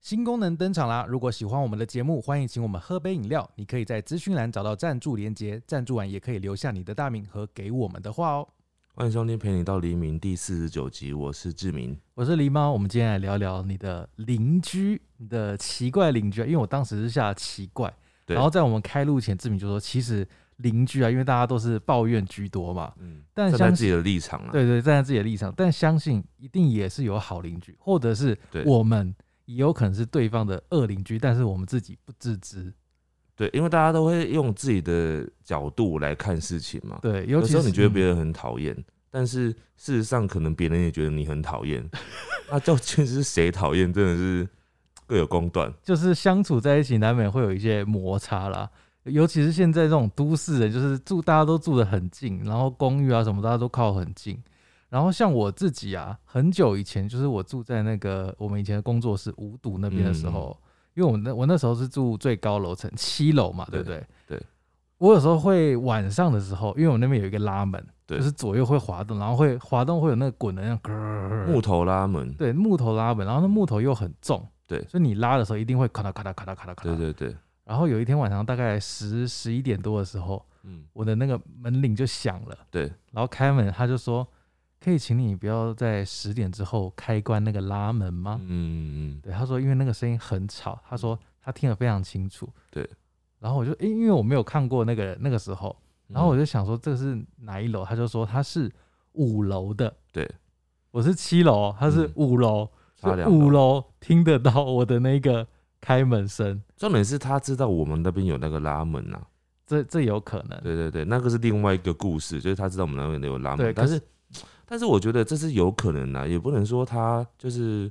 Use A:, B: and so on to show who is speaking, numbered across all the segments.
A: 新功能登场啦！如果喜欢我们的节目，欢迎请我们喝杯饮料。你可以在资讯栏找到赞助连结，赞助完也可以留下你的大名和给我们的话哦。
B: 万兄弟陪你到黎明第四十九集，我是志明。
A: 我是狸猫，我们今天来聊聊你的邻居，你的奇怪邻居啊。因为我当时是下奇怪，
B: 对
A: 然后在我们开录前，志明就说，其实邻居啊，因为大家都是抱怨居多嘛，
B: 嗯，
A: 但
B: 站在
A: 相
B: 自己
A: 信
B: 的立场啊，
A: 对对，站在自己的立场，但相信一定也是有好邻居，或者是
B: 对
A: 我们也有可能是对方的恶邻居，但是我们自己不自知。
B: 对，因为大家都会用自己的角度来看事情嘛。
A: 对，尤
B: 有
A: 其嗯
B: 时候你觉得别
A: 人
B: 人很讨厌，但是事实上可能别人也觉得你很讨 厌。那究竟是谁讨厌，真的是各有公断。
A: 就是相处在一起，难免会有一些摩擦啦。尤其是现在这种都市人，就是住大家都住得很近，然后公寓啊什么大家都靠很近。然后像我自己啊，很久以前就是我住在那个我们以前的工作室五堵那边的
B: 嗯
A: 时候，因为我那我那时候是住最高楼层七楼嘛，对不对？
B: 对对
A: 我有时候会晚上的时候，因为我那边有一个拉门，
B: 对
A: 就是左右会滑动，然后会滑动会有那个滚的那样咯
B: 木头拉门，
A: 对，木头拉门，然后那木头又很重，
B: 对
A: 所以你拉的时候一定会咔嗒咔嗒咔嗒咔嗒咔
B: 对
A: 嗒。
B: 对对，
A: 然后有一天晚上大概十十一点多的时候，
B: 嗯，
A: 我的那个门铃就响了，
B: 对，
A: 然后开门他就说：“可以请你不要在十点之后开关那个拉门吗？”
B: 嗯嗯
A: 对，他说因为那个声音很吵，他说他听得非常清楚。
B: 对，
A: 然后我就诶，因为我没有看过那个那个时候，然
B: 嗯
A: 后我就想说这是哪一楼，他就说他是五楼的。
B: 对，
A: 我是七楼，哦他是
B: 嗯
A: 五楼，
B: 差
A: 是
B: 两
A: 五
B: 楼
A: 楼听得到我的那个开门声，
B: 重点是他知道我们那边有那个拉门啊。
A: 这这有可能。
B: 对对对，那个是另外一个故事，就是他知道我们那边有拉
A: 对
B: 门，但
A: 可
B: 是但是我觉得这是有可能啊的，也不能说他就是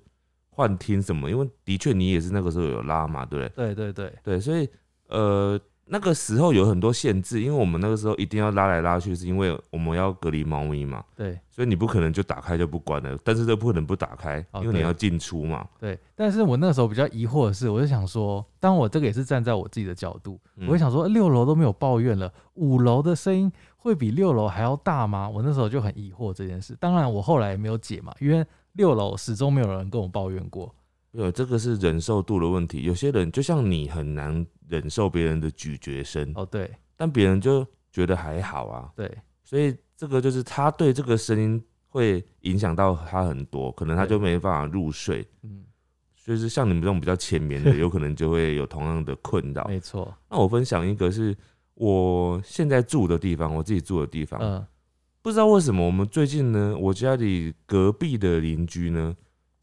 B: 幻听什么，因为的确你也是那个时候有拉嘛，对不对？
A: 对对对
B: 对，所以呃那个时候有很多限制，因为我们那个时候一定要拉来拉去，是因为我们要隔离猫咪嘛，
A: 对
B: 所以你不可能就打开就不关了，但是这不可能不打开，
A: 哦
B: 因
A: 对
B: 为你要进出嘛。
A: 对，但是我那时候比较疑惑的是，我就想说，当我这个也是站在我自己的角度，
B: 嗯
A: 我会想说，呃六楼都没有抱怨了，五楼的声音会比六楼还要大吗？我那时候就很疑惑这件事。当然，我后来也没有解嘛，因为六楼始终没有人跟我抱怨过。
B: 有这个是忍受度的问题，有些人就像你很难忍受别人的咀嚼声，
A: 哦，对
B: 但别人就觉得还好啊。
A: 对
B: 所以这个就是他对这个声音会影响到他很多，可能他就没办法入睡。
A: 嗯，
B: 就是像你们这种比较浅眠的，有可能就会有同样的困扰。
A: 没错，
B: 那我分享一个是我现在住的地方，我自己住的地方，
A: 嗯，
B: 不知道为什么我们最近呢，我家里隔壁的邻居呢，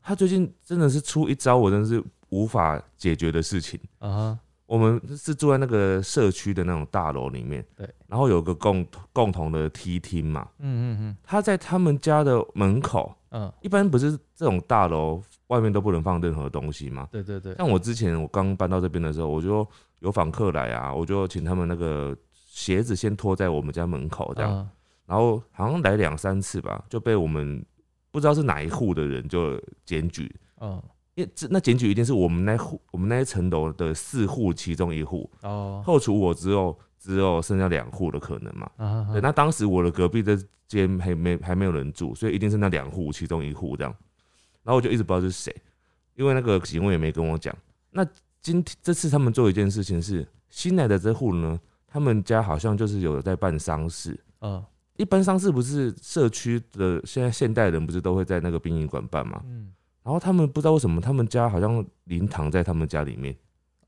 B: 他最近真的是出一招，我真的是无法解决的事情。
A: 啊
B: 我们是住在那个社区的那种大楼里面，
A: 对，
B: 然后有个共共同的梯厅嘛，
A: 嗯嗯
B: 他在他们家的门口，
A: 嗯嗯，
B: 一般不是这种大楼外面都不能放任何东西吗？
A: 对对对，
B: 像我之前我刚搬到这边的时候，我就有访客来啊，我就请他们那个鞋子先拖在我们家门口这样，
A: 嗯
B: 然后好像来两三次吧，就被我们不知道是哪一户的人就检举，
A: 嗯
B: 因为这那检举一定是我们那户我们那一层楼的四户其中一户，
A: 哦
B: 扣除我之后只有剩下两户的可能嘛。
A: 啊，
B: 对，那当时我的隔壁这间还没还没有人住，所以一定是那两户其中一户这样。然后我就一直不知道这是谁，因为那个警卫也没跟我讲。那今天这次他们做一件事情是，新来的这户呢，他们家好像就是有在办丧事。
A: 嗯
B: 一般丧事不是社区的，现在现代人不是都会在那个殡仪馆办嘛？
A: 嗯
B: 然后他们不知道为什么，他们家好像灵堂在他们家里面。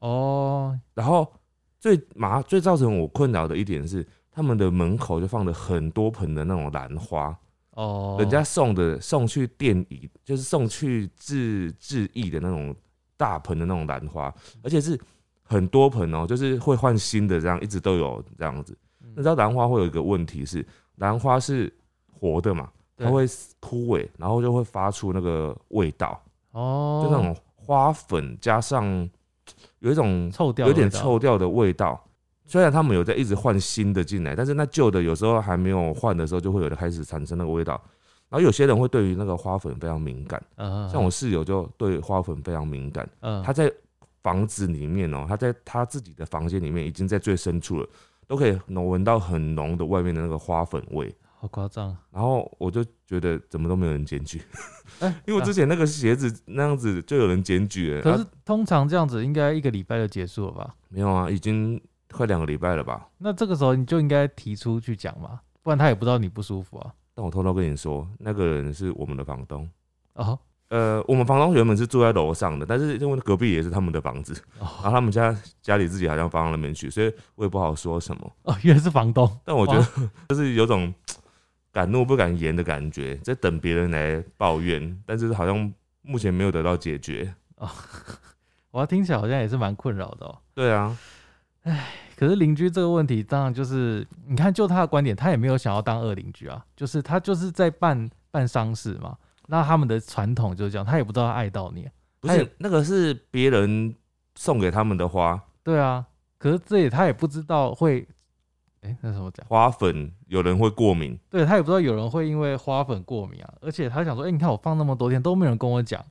A: 哦，
B: 然后最麻最造成我困扰的一点是，他们的门口就放了很多盆的那种兰花，
A: 哦，
B: 人家送的送去店里，就是送去致致意的那种大盆的那种兰花，而且是很多盆哦，就是会换新的，这样一直都有这样子。
A: 嗯
B: 你知道兰花会有一个问题是，兰花是活的嘛，它
A: 对
B: 会枯萎，然后就会发出那个味道，
A: 哦，
B: 就那种花粉加上有一种
A: 臭掉，
B: 有点，臭掉的味道。虽然他们有在一直换新的进来，但是那旧的有时候还没有换的时候，就会有的开始产生那个味道。然后有些人会对于那个花粉非常敏感，
A: 嗯，
B: 像我室友就对花粉非常敏感。
A: 嗯，
B: 他在房子里面哦、他在他自己的房间里面已经在最深处了，都可以能闻到很浓的外面的那个花粉味。
A: 好夸张，啊
B: 然后我就觉得怎么都没有人检举，
A: 哎、
B: 因为我之
A: 啊
B: 前那个鞋子那样子就有人检举了，
A: 可
B: 啊
A: 是通常这样子应该一个礼拜就结束了吧？
B: 没有啊，已经快两个礼拜了吧？
A: 那这个时候你就应该提出去讲嘛，不然他也不知道你不舒服啊。
B: 但我偷偷跟你说，那个人是我们的房东。
A: 哦，
B: 呃，我们房东原本是住在楼上的，但是因为隔壁也是他们的房子，然后
A: 哦，
B: 他们家家里自己好像搬到那边去，所以我也不好说什么。
A: 哦 原来是房东，
B: 但我觉得就是有种敢怒不敢言的感觉，在等别人来抱怨，但是好像目前没有得到解决。
A: 我听起来好像也是蛮困扰的哦。
B: 对啊，
A: 可是邻居这个问题，当然就是你看，就他的观点，他也没有想要当恶邻居啊，就是他就是在办办丧事嘛。那他们的传统就是这样，他也不知道他爱到你啊、
B: 不
A: 还有
B: 是那个是别人送给他们的花
A: 对啊。可是这也他也不知道会，哎、那怎么讲？
B: 花粉，有人会过敏，
A: 对他也不知道有人会因为花粉过敏啊。而且他想说，哎、你看我放那么多天都没有人跟我讲，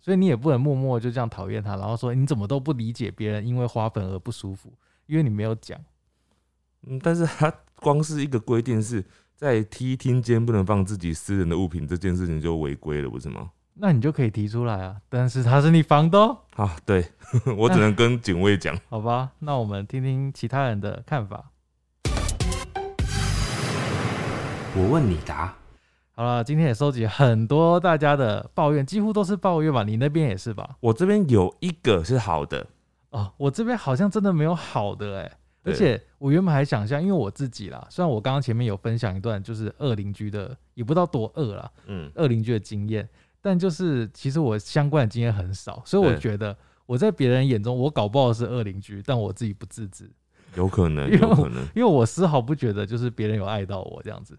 A: 所以你也不能默默就这样讨厌他，然后说你怎么都不理解别人因为花粉而不舒服，因为你没有讲。
B: 嗯，但是他 光是一个规定是在梯厅间不能放自己私人的物品这件事情就违规了，不是吗？
A: 那你就可以提出来啊，但是他是你房东，
B: 啊，对， 我只能跟警卫讲。
A: 好吧，那我们听听其他人的看法。
C: 我问你答。
A: 好了，今天也收集很多大家的抱怨，几乎都是抱怨吧，你那边也是吧？
B: 我这边有一个是好的，
A: 哦，我这边好像真的没有好的哎、而
B: 对
A: 且我原本还想象，因为我自己啦，虽然我刚刚前面有分享一段就是恶邻居的，也不知道多恶啦，
B: 嗯，
A: 恶邻居的经验，但就是其实我相关的经验很少，所以我
B: 对
A: 觉得我在别人眼中我搞不好是恶邻居，但我自己不自知。
B: 有可能，
A: 因为
B: 有 可能。
A: 因为我丝毫不觉得就是别人有爱到我这样子。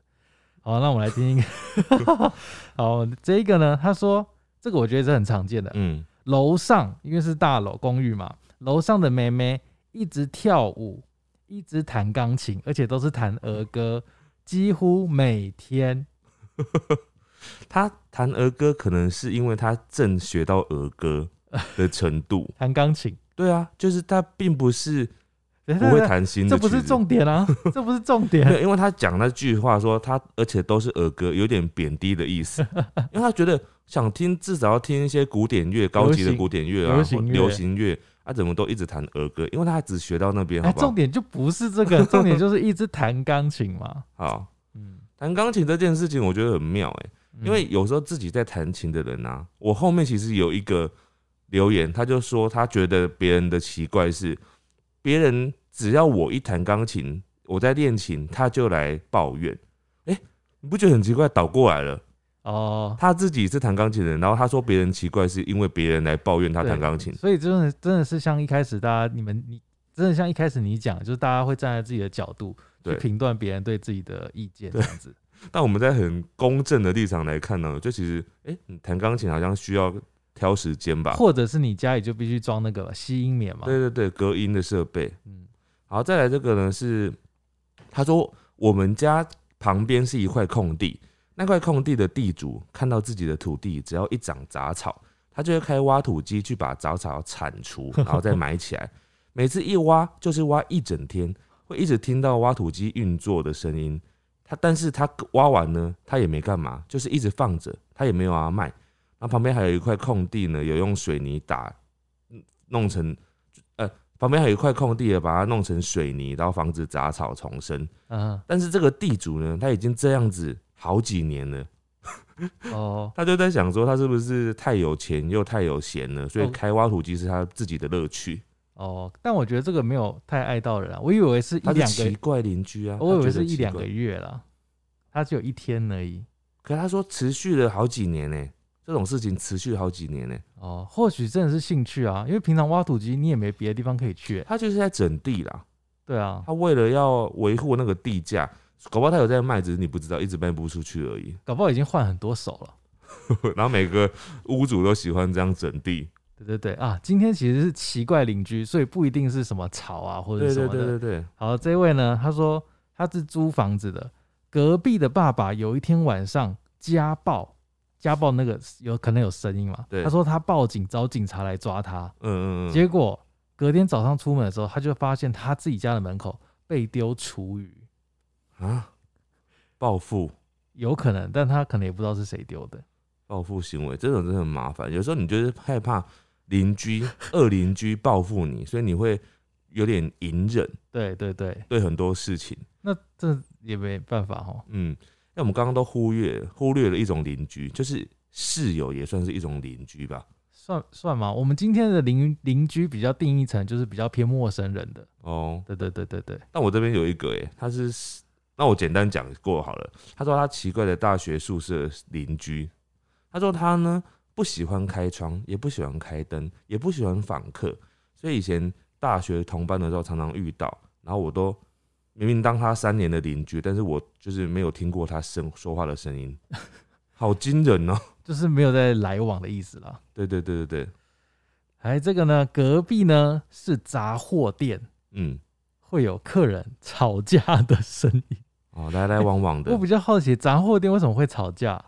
A: 好，那我们来听一 个。好，这一个呢，他说这个我觉得是很常见的，
B: 嗯，
A: 楼上因为是大楼公寓嘛，楼上的妹妹一直跳舞，一直弹钢琴，而且都是弹儿歌，几乎每天。。
B: 他弹儿歌可能是因为他正学到儿歌的程度
A: 弹钢琴，
B: 对啊，就是他并不是
A: 不
B: 不会，弹新的
A: 哎这不是
B: 曲子
A: 重点啊，这不是重
B: 没有，
A: 点。
B: 因为他讲那句话说他，而且都是儿歌，有点贬低的意 思，因为他觉得想听至少要听一些古典乐、高级的古典乐啊，
A: 流
B: 或
A: 行
B: 流行乐，他、怎么都一直弹儿歌？因为他只学到那边，
A: 哎，
B: 好不
A: 重
B: 好？
A: 点就不是这个，重点就是一直弹钢琴 嘛。
B: 好，
A: 嗯，
B: 弹钢琴这件事情我觉得很妙哎、因为有时候自己在弹琴的人啊，我后面其实有一个留言，他就说他觉得别人的奇怪是，别人只要我一弹钢琴，我在练琴，他就来抱怨，哎、你不觉得很奇怪？倒过来了。
A: 哦，
B: 他自己是弹钢琴的人，然后他说别人奇怪，是因为别人来抱怨他弹钢琴。
A: 所以真的真的是像一开始大家你们你真的像一开始你讲，就是大家会站在自己的角度去
B: 对
A: 评断别人对自己的意见这
B: 对
A: 样子。
B: 但我们在很公正的立场来看呢，就其实，哎、你弹钢琴好像需要挑时间吧？
A: 或者是你家里就必须装那个吸音棉嘛。
B: 对对对，隔音的设备。
A: 嗯，
B: 好，再来这个呢是，他说我们家旁边是一块空地，那块空地的地主看到自己的土地只要一长杂草，他就会开挖土机去把杂草铲 除，然后再埋起来。每次一挖就是挖一整天，会一直听到挖土机运作的声音。他但是他挖完呢，他也没干嘛，就是一直放着，他也没有要卖。那旁边还有一块空地呢，有用水泥打，嗯弄成呃旁边还有一块空地了，把它弄成水泥，然后防止杂草丛生。
A: 嗯，
B: 但是这个地主呢，他已经这样子好几年了，
A: 哦，
B: 他就在想说，他是不是太有钱又太有闲了，所以
A: 哦
B: 开挖土机是他自己的乐趣。
A: 哦，但我觉得这个没有太爱到人啊，我以为是一
B: 他是
A: 两
B: 奇
A: 个，哦
B: 怪邻居啊，
A: 我以
B: 他
A: 为
B: 觉得
A: 是一
B: 奇
A: 两
B: 怪
A: 个。月啦，他只有一天而已。
B: 可他说持续了好几年呢、这种事情持续好几年呢、
A: 哦，或许真的是兴趣啊，因为平常挖土机你也没别的地方可以去欸、
B: 他就是在整地啦。
A: 对啊，
B: 他为了要维护那个地价，搞不好他有在卖，只是你不知道，一直卖不出去而已。
A: 搞不好已经换很多手了。
B: 然后每个屋主都喜欢这样整地，
A: 对对对啊，今天其实是奇怪邻居，所以不一定是什么吵啊或者
B: 对
A: 什
B: 对
A: 么的。
B: 对对对。
A: 好，这位呢，他说他是租房子的，隔壁的爸爸有一天晚上家暴，家暴那个有可能有声音嘛？
B: 对
A: 他说他报警找警察来抓他，
B: 嗯嗯嗯，
A: 结果隔天早上出门的时候，他就发现他自己家的门口被丢厨余。
B: 啊，报复
A: 有可能，但他可能也不知道是谁丢的。
B: 报复行为，这种真的很麻烦。有时候你就是害怕邻居、恶邻居报复你，所以你会有点隐忍
A: 对对对，
B: 对很多事情。
A: 那这也没办法哦。
B: 嗯，那我们刚刚都忽略忽略了一种邻居，就是室友也算是一种邻居吧。
A: 算算嘛，我们今天的邻邻居比较定义成就是比较偏陌生人的，
B: 哦，
A: 对对对对对，
B: 但我这边有一个诶，他是那我简单讲过好了。他说他奇怪的大学宿舍邻居，他说他呢不喜欢开窗，也不喜欢开灯，也不喜欢访客，所以以前大学同班的时候常常遇到，然后我都明明当他三年的邻居，但是我就是没有听过他声说话的声音，好惊人哦、
A: 就是没有在来往的意思啦。
B: 对对对对对，
A: 哎，这个呢，隔壁呢是杂货店，
B: 嗯，
A: 会有客人吵架的声音。
B: 哦，来来往往
A: 我
B: 的
A: 比，较好奇，杂货店为什么会吵架？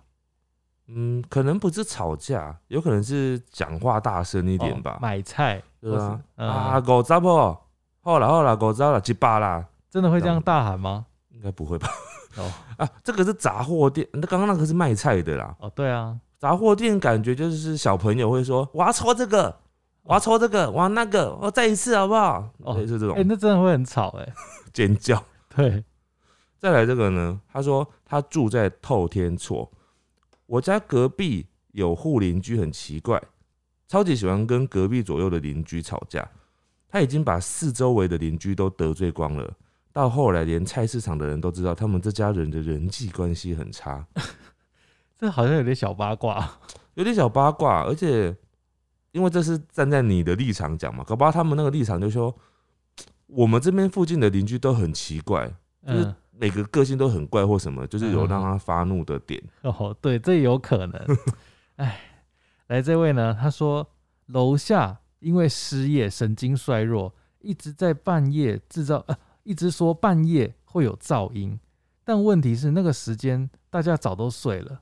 B: 嗯，可能不是吵架，有可能是讲话大声一
A: 一
B: 点吧。
A: 哦买菜，
B: 对啊，
A: 或是
B: 啊，狗杂不？好啦好啦，狗杂啦，七八啦，
A: 真的会这样大喊吗？
B: 应该不会吧？
A: 哦
B: 啊，这个是杂货店，那刚刚那个是卖菜的啦。
A: 哦，对啊，
B: 杂货店感觉就是小朋友会说，我要抽这个，我要抽这个，我要那个，我再一次好不好？
A: 哦
B: 类似这
A: 哎、
B: 种
A: 那真的会很吵哎、
B: 尖叫。
A: 对，
B: 再来这个呢，他说他住在透天厝，我家隔壁有户邻居很奇怪，超级喜欢跟隔壁左右的邻居吵架，他已经把四周围的邻居都得罪光了。到后来，连菜市场的人都知道他们这家人的人际关系很差，
A: 这好像有点小八卦。
B: 有点小八卦。而且，因为这是站在你的立场讲嘛，搞不好他们那个立场就说，我们这边附近的邻居都很奇怪，就是
A: 嗯，
B: 每个个性都很怪或什么，就是有让他发怒的点。
A: 哦，对，这也有可能。哎，来这位呢，他说楼下因为失业，神经衰弱，一直在半夜制造，呃，一直说半夜会有噪音，但问题是那个时间大家早都睡了，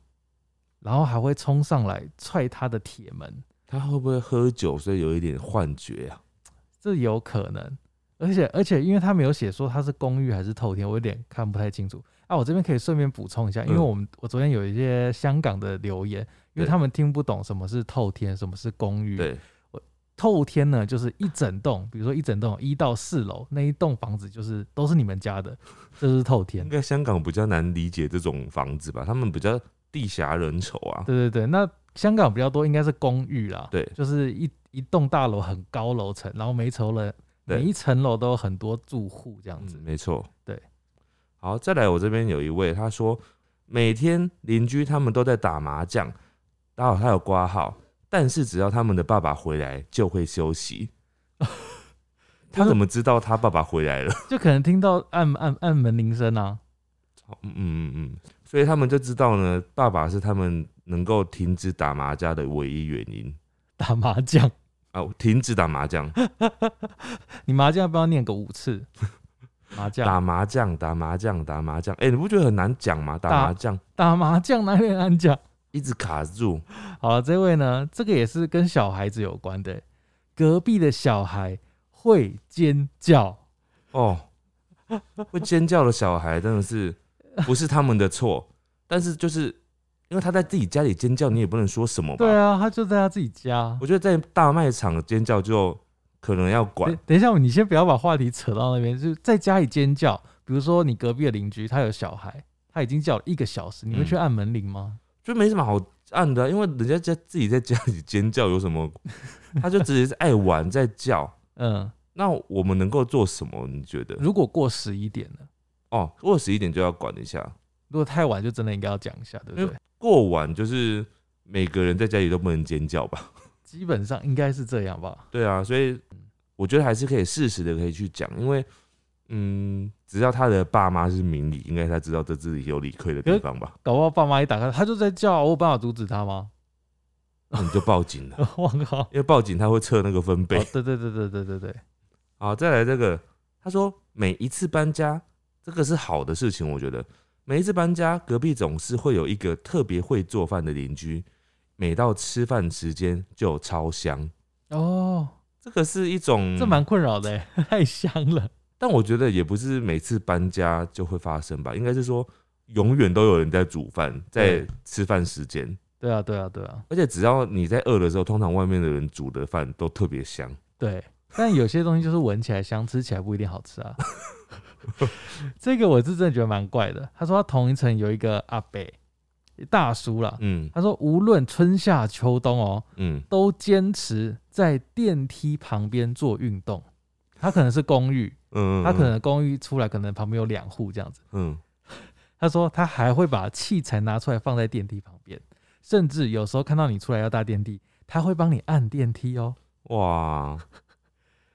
A: 然后还会冲上来踹他的铁门，
B: 他会不会喝酒，所以有一点幻觉啊？
A: 这有可能。而且而且，因为他没有写说他是公寓还是透天，我有点看不太清楚。啊，我这边可以顺便补充一下，因为
B: 嗯
A: 我们、我昨天有一些香港的留言，因为
B: 对
A: 他们听不懂什么是透天，什么是公寓。，
B: 对，
A: 透天呢就是一整栋，比如说一整栋一到四楼那一栋房子就是都是你们家的，这就是透天
B: 应。该香港比较难理解这种房子吧？他们比较地狭人稠啊。
A: 对对对，那香港比较多应该是公寓啦，
B: 对
A: 就是一一栋大楼很高楼层，然后每一层楼每一
B: 对，
A: 层楼都有很多住户这样
B: 嗯
A: 子。
B: 没错。
A: 对，
B: 好，再来，我这边有一位，他说每天邻居他们都在打麻将，然后他有挂号，但是只要他们的爸爸回来就会 休息。他怎么知道他爸爸回来了？
A: 就可能听到按按按门铃声啊，
B: 嗯嗯嗯，所以他们就知道呢，爸爸是他们能够停止打麻将的唯一原因
A: 打麻将。
B: 啊，停止打麻将。
A: 你麻将要不要念个五次？麻将
B: 打麻将，打麻将，打麻将。哎、你不觉得很难讲吗？打
A: 打
B: 麻将
A: 打麻将哪里难讲？
B: 一直卡住，
A: 好了，这位呢，这个也是跟小孩子有关的，隔壁的小孩会尖叫。
B: 哦，会尖叫的小孩真的是不是他们的错，但是就是因为他在自己家里尖叫，你也不能说什么吧？
A: 对啊，他就在他自己家
B: 我。觉得在大卖场尖叫就可能要管
A: 等，等一下，你先不要把话题扯到那边，就是在家里尖叫。比如说，你隔壁的邻居他有小孩，他已经叫了一个小时，你会去按门铃吗？
B: 就没什么好按的啊、因为人家家自己在家里尖叫有什么？他就只是爱玩在叫，
A: 嗯，
B: 那我们能够做什么？你觉得？
A: 如果过十一点了，
B: 哦，过十一点就要管一下，
A: 如果太晚，就真的应该要讲一下，对不对
B: 嗯？过晚就是每个人在家里都不能尖叫吧？
A: 基本上应该是这样吧。
B: 对啊，所以我觉得还是可以适时的可以去讲，因为嗯，只要他的爸妈是明理，应该他知道这自己有理亏的地方吧？
A: 搞不好爸妈一打开，他就在叫，哦我有办法阻止他吗？
B: 那你就报警 了，
A: 我靠！哦
B: 因为报警他会测那个分 贝。
A: 对对对对对对对，
B: 好，再来这个，他说每一次搬家，这个是好的事情，我觉得每一次搬家，隔壁总是会有一个特别会做饭的邻居，每到吃饭时间就超香。
A: 哦，
B: 这个是一种，
A: 这蛮困扰的欸，太香了。
B: 但我觉得也不是每次搬家就会发生吧，应该是说永远都有人在煮饭，在吃饭时间，
A: 对啊，对啊，对啊，
B: 而且只要你在饿的时候，通常外面的人煮的饭都特别香。
A: 对。但有些东西就是闻起来香，吃起来不一定好吃啊。 这个我是真的觉得蛮怪的。他说他同一层有一个阿伯大叔啦，
B: 嗯
A: 他说无论春夏秋冬哦，
B: 嗯，
A: 都坚持在电梯旁边做运动。他可能是公寓，
B: 嗯，
A: 他可能公寓出来，可能旁边有两户这样子。
B: 嗯
A: 他说他还会把器材拿出来放在电梯旁边，甚至有时候看到你出来要搭电梯，他会帮你按电梯哦，
B: 哇，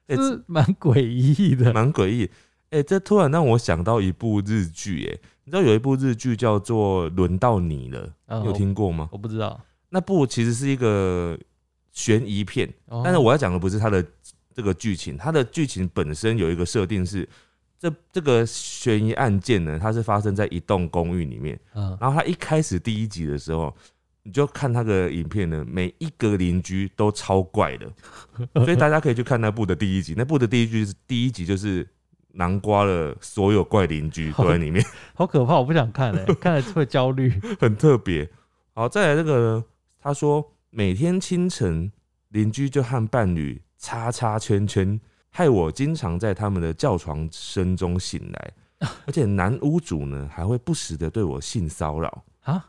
B: 欸
A: 是蛮诡异 的。
B: 蛮诡异。哎、这突然让我想到一部日剧，哎，你知道有一部日剧叫做《轮到你了》，
A: 嗯
B: 你有听过吗？
A: 我不知道，
B: 那部其实是一个悬疑片，
A: 哦
B: 但是我要讲的不是它的这个剧情，它的剧情本身有一个设定是，这这个悬疑案件呢，它是发生在一栋公寓里面。
A: 嗯
B: 然后它一开始第一集的时候，你就看那个影片呢，每一个邻居都超怪的，所以大家可以去看那部的第一集。那部的第一集是第一集就是南瓜了所有怪邻居都在里面。
A: 好可怕，我不想看 嘞、看了会焦虑。
B: 很特别。好，再来这个呢，他说每天清晨邻居就和伴侣叉叉圈圈，害我经常在他们的叫床声中醒来，而且男屋主呢还会不时的对我性骚扰
A: 啊。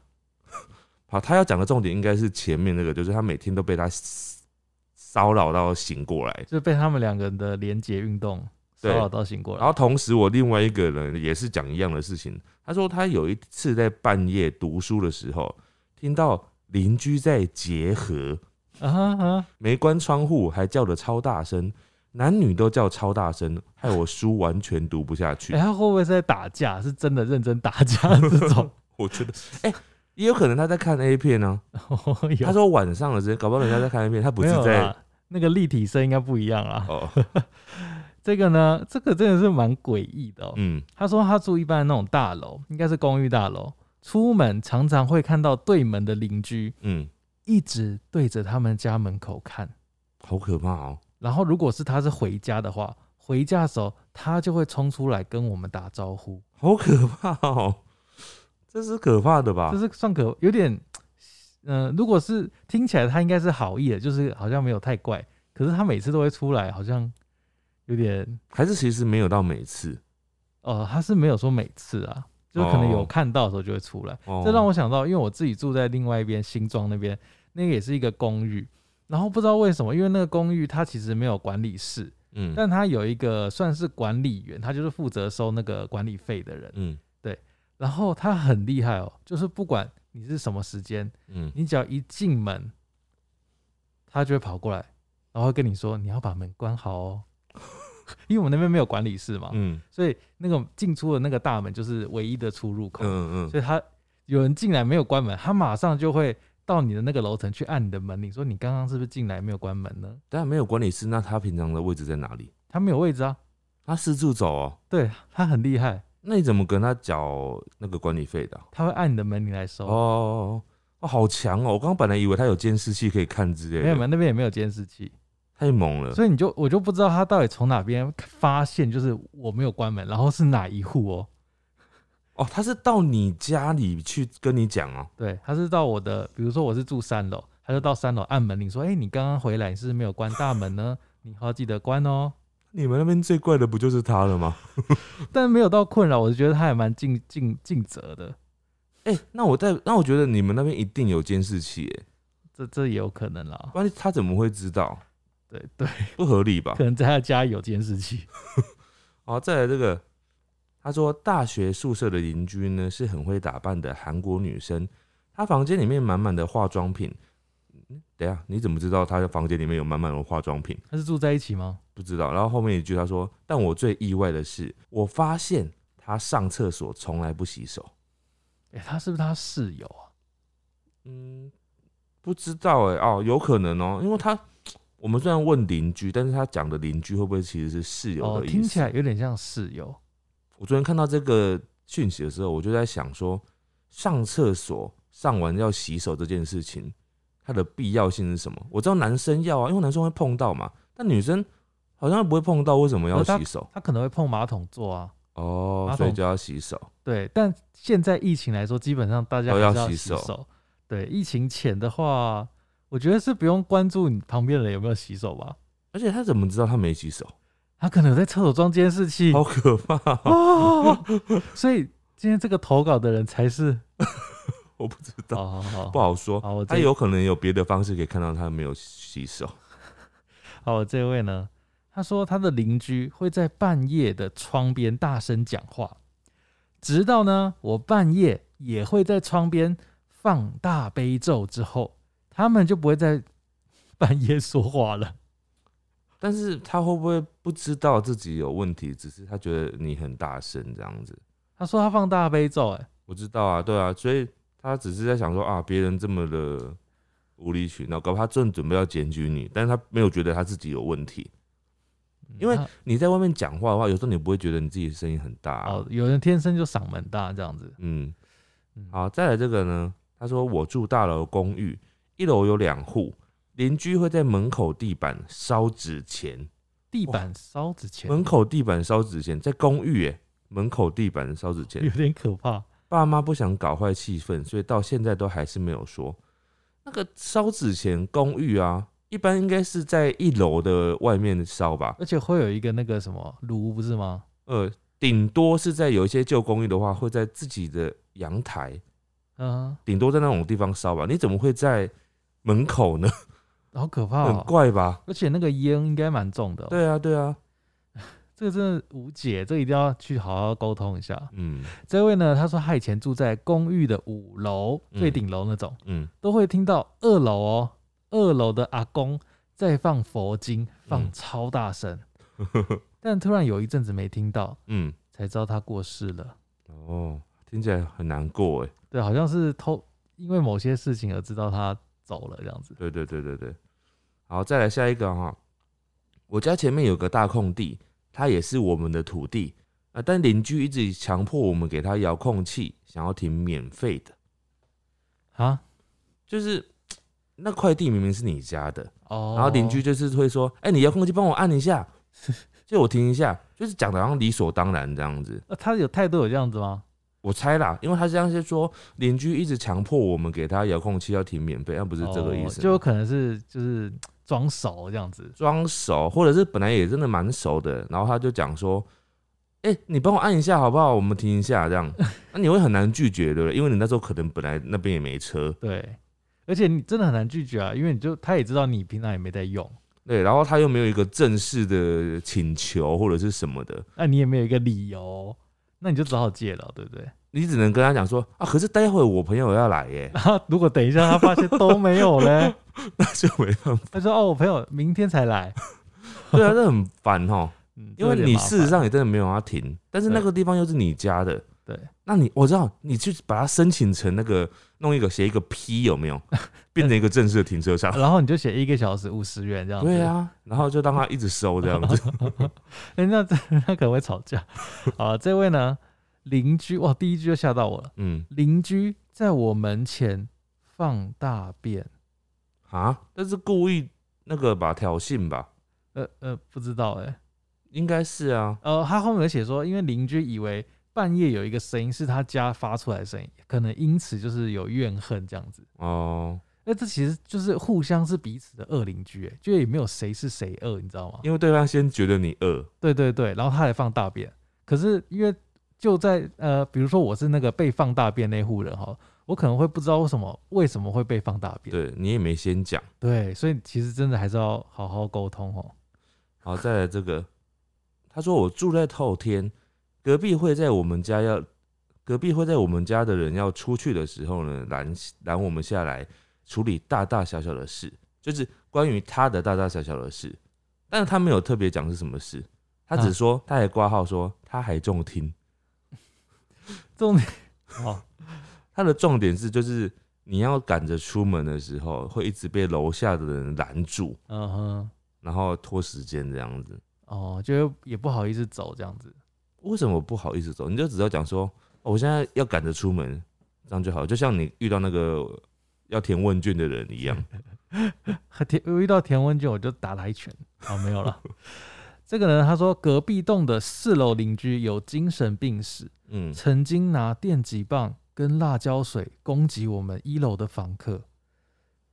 B: 好，他要讲的重点应该是前面那个，就是他每天都被他骚扰到醒过来。
A: 就被他们两个人的连结运动骚
B: 对
A: 扰到醒过
B: 然
A: 来。
B: 后同时，我另外一个人也是讲一样的事情。他说他有一次在半夜读书的时候，听到邻居在结合，
A: 啊哈啊！
B: 没关窗户还叫的超大声，男女都叫超大声，害我书完全读不下去
A: 哎、。他会不会是在打架？是真的认真打架这 种？
B: 我觉得，哎、也有可能他在看 A 片呢、
A: 哦有
B: 他说晚上的时间，搞不好人家在看 A 片，他不
A: 没
B: 是
A: 有
B: 在
A: 啦，那个立体声应该不一样啊啦。
B: 哦，
A: 这个呢，这个真的是蛮诡异的、哦。
B: 嗯
A: 他说他住一般那种大楼，应该是公寓大楼，出门常常会看到对门的邻居
B: 嗯，
A: 一直对着他们家门口看。
B: 好可怕哦。
A: 然后如果是他是回家的话，回家的时候他就会冲出来跟我们打招呼。
B: 好可怕哦，这是可怕的吧
A: 这？是算可有点，嗯、如果是听起来他应该是好意的，就是好像没有太怪，可是他每次都会出来，好像有点，
B: 还是其实没有到每次。
A: 呃，他是没有说每次啊，就是可能有
B: 哦
A: 看到的时候就会出来。
B: 哦
A: 这让我想到，因为我自己住在另外一边新庄那边，那个也是一个公寓，然后不知道为什么，因为那个公寓它其实没有管理室，
B: 嗯
A: 但它有一个算是管理员，他就是负责收那个管理费的人，
B: 嗯
A: 然后他很厉害哦，就是不管你是什么时间。
B: 嗯，
A: 你只要一进门，他就会跑过来，然后会跟你说你要把门关好哦， 因为我们那边没有管理室嘛，
B: 嗯
A: 所以那个进出的那个大门就是唯一的出入口，
B: 嗯嗯，
A: 所以他有人进来没有关门，他马上就会到你的那个楼层去按你的门铃，说你刚刚是不是进来没有关门呢？
B: 但没有管理室，那他平常的位置在哪里？
A: 他没有位置啊，
B: 他四处走哦，
A: 对他很厉害，
B: 那你怎么跟他缴那个管理费的啊、
A: 他会按你的门铃来收。
B: 哦哦哦哦，好强哦！我刚刚本来以为他有监视器可以看之
A: 没
B: 类
A: 有
B: 的，
A: 没有，那边也没有监视器，
B: 太猛了。
A: 所以你就我就不知道他到底从哪边发现，就是我没有关门，然后是哪一户哦。
B: 哦，他是到你家里去跟你讲哦。
A: 对，他是到我的，比如说我是住三楼，他就到三楼按门铃说：“哎、你刚刚回来，你是不是没有关大门呢？你好记得关哦。
B: 你们那边最怪的不就是他了吗？”
A: 但没有到困扰，我就觉得他还蛮尽尽尽责的，
B: 哎、那我在，那我觉得你们那边一定有监视器，哎，
A: 这这也有可能啦。
B: 不然他怎么会知道？
A: 对对，
B: 不合理吧
A: 可？能在他家有监视器。
B: 好，哦再来这个，他说大学宿舍的邻居呢是很会打扮的韩国女生，她房间里面满满的化妆品。嗯，等一下，你怎么知道她的房间里面有满满的化妆品？
A: 他是住在一起吗？
B: 不知道。然后后面一句他说：“但我最意外的是，我发现她上厕所从来不洗手。
A: 哎、他是不是他室友啊？”
B: 嗯，不知道哎、哦，有可能哦、因为她我们虽然问邻居，但是她讲的邻居会不会其实是室友
A: 哦，
B: 的意思？
A: 听起来有点像室友。
B: 我昨天看到这个讯息的时候，我就在想说，上厕所上完要洗手这件事情，它的必要性是什么？我知道男生要啊，因为男生会碰到嘛，但女生好像不会碰到，为什么要洗手？
A: 他可能会碰马桶座啊，
B: 哦
A: 马，
B: 所以
A: 桶
B: 就要洗手。
A: 对，但现在疫情来说，基本上大家
B: 都
A: 还
B: 要
A: 是
B: 洗
A: 洗
B: 手
A: 对，疫情前的话，我觉得是不用关注你旁边的人有没有洗手吧，
B: 而且他怎么知道他没洗手？
A: 他可能有在厕所装监视器
B: 好可怕哦、
A: 哦， 所以今天这个投稿的人才 是
B: 我不知道，
A: 好好好
B: 不好说。
A: 好，我
B: 他
A: 这
B: 有可能有别的方式可以看到他没有洗手。
A: 好我这位呢，他说他的邻居会在半夜的窗边大声讲话，直到呢我半夜也会在窗边放大悲咒之后，他们就不会在 半夜说话了。
B: 但是他会不会不知道自己有问题，只是他觉得你很大声这样子？
A: 他说他放大悲咒、欸，哎，
B: 我知道啊，对啊，所以他只是在想说啊，别人这么的无理取闹，搞不好他正准备要检举你，但是他没有觉得他自己有问题。因
A: 哦
B: 为你在外面讲话的话，有时候你不会觉得你自己声音很大、啊。
A: 哦，有人天生就嗓门大这样子。
B: 嗯，
A: 嗯
B: 好，再来这个呢，他说我住大楼公寓，一楼有两户，邻居会在门口地板烧纸钱，
A: 地板烧纸钱
B: 门口地板烧纸钱，在公寓耶，门口地板烧 纸
A: 有
B: 钱，
A: 点可怕。
B: 爸妈不想搞坏气氛，所以到现在都还是没有说。那个烧纸钱公寓啊，一般应该是在一楼的外面烧吧，
A: 而且会有一个那个什么炉，不是吗？
B: 呃，顶多是在有一些旧公寓的话，会在自己的阳台，
A: 嗯，
B: 顶多在那种地方烧吧。你怎么会在门口呢？
A: 好可怕、
B: 很
A: 哦。
B: 怪吧？
A: 而且那个烟应该蛮重的、哦。，
B: 对啊，对啊，
A: 这个真的无解，这个一定要去好好沟通一下。
B: 嗯
A: 这位呢，他说他以前住在公寓的五楼
B: 嗯
A: 最顶楼那种，
B: 嗯，
A: 都会听到二楼哦，二楼的阿公在放佛经，放
B: 嗯
A: 超大 声。但突然有一阵子没听到，
B: 嗯，
A: 才知道他过世了。
B: 哦，听起来很难过哎。
A: 对，好像是偷因为某些事情而知道他走了这样子。
B: 对对对对对，好，再来下一个哈。我家前面有个大空地，它也是我们的土地啊，但邻居一直强迫我们给他遥控器，想要停免费的，
A: 啊，
B: 就是那块地明明是你家的，
A: 哦，
B: 然后邻居就是会说：“哎、你遥控器帮我按一下，就我停一下。”就是讲的好像理所当然这样子。
A: 呃、他有态度有这样子吗？
B: 我猜啦，因为他这样是说邻居一直强迫我们给他遥控器要停免费，那不
A: 不
B: 是这个意思吗、
A: 哦
B: 啊
A: 就有可能是就是装熟这样子。
B: 装熟，或者是本来也真的蛮熟的，然后他就讲说：“哎、你帮我按一下好不好？我们停一下。”这样， 那你会很难拒绝，对不对？因为你那时候可能本来那边也没车，
A: 对，而且你真的很难拒绝啊，因为你就他也知道你平常也没在用，
B: 对，然后他又没有一个正式的请求或者是什么的，
A: 那你也没有一个理由，那你就只好借了，对不 对？
B: 你只能跟他讲说：“啊，可是待会我朋友要来 耶，
A: 然后如果等一下他发现都没有嘞，
B: 那就没办法。
A: 他说啊哦，我朋友明天才来，”
B: 对啊，这很烦哈，
A: 嗯，
B: 因
A: 这
B: 为
A: 有点
B: 你
A: 麻烦
B: 事实上也真的没有要停，但是那
A: 对
B: 个地方又是你家的，
A: 对
B: 那你我知道，你去把它申请成那个弄一个写一个 P 有 没有，变成一个正式的停车场？
A: 然后你就写一个小时五十元这样子，
B: 对啊，然后就让他一直收这样 子。
A: 诶，哎那这那可能会吵架。好，这位呢，邻居哇，第一句就吓到我了，
B: 嗯
A: 邻居在我门前放大便，
B: 啊，但是故意那个吧，挑衅吧，
A: 呃呃，不知道哎、
B: 应该是啊。
A: 呃，他后面有写说，因为邻居以为半夜有一个声音是他家发出来的声音，可能因此就是有怨恨这样子。
B: 哦，
A: 那这其实就是互相是彼此的恶邻居，哎，就也没有谁是谁恶，你知 道吗？
B: 因为对方先觉得你饿，
A: 对对对，然后他来放大便，可是因为就在呃，比如说我是那个被放大便那户人哈，我可能会不知道为什么为什么会被放大便，
B: 对你也没先讲。
A: 对，所以其实真的还是要好好沟通哦。
B: 好，再来这个，他说我住在透天，隔壁会在我们家要，隔壁会在我们家的人要出去的时候呢，拦拦我们下来处理大大小小的事，就是关于他的大大小小的事，但是他没有特别讲是什么事，他只
A: 啊
B: 说、他还挂号说他还中听，
A: 重点哦，
B: 他的重点是就是你要赶着出门的时候，会一直被楼下的人拦住，
A: 嗯哼，
B: 然后拖时间这样子。
A: 哦，就也不好意思走这样子。
B: 为什么不好意思走？你就只要讲说、哦我现在要赶着出门，这样就好。就像你遇到那个要填问卷的人一样，
A: 哦和田我遇到田文俊，我就打他一拳。啊，没有了。这个人他说，隔壁栋的四楼邻居有精神病史，
B: 嗯，
A: 曾经拿电击棒跟辣椒水攻击我们一楼的房客，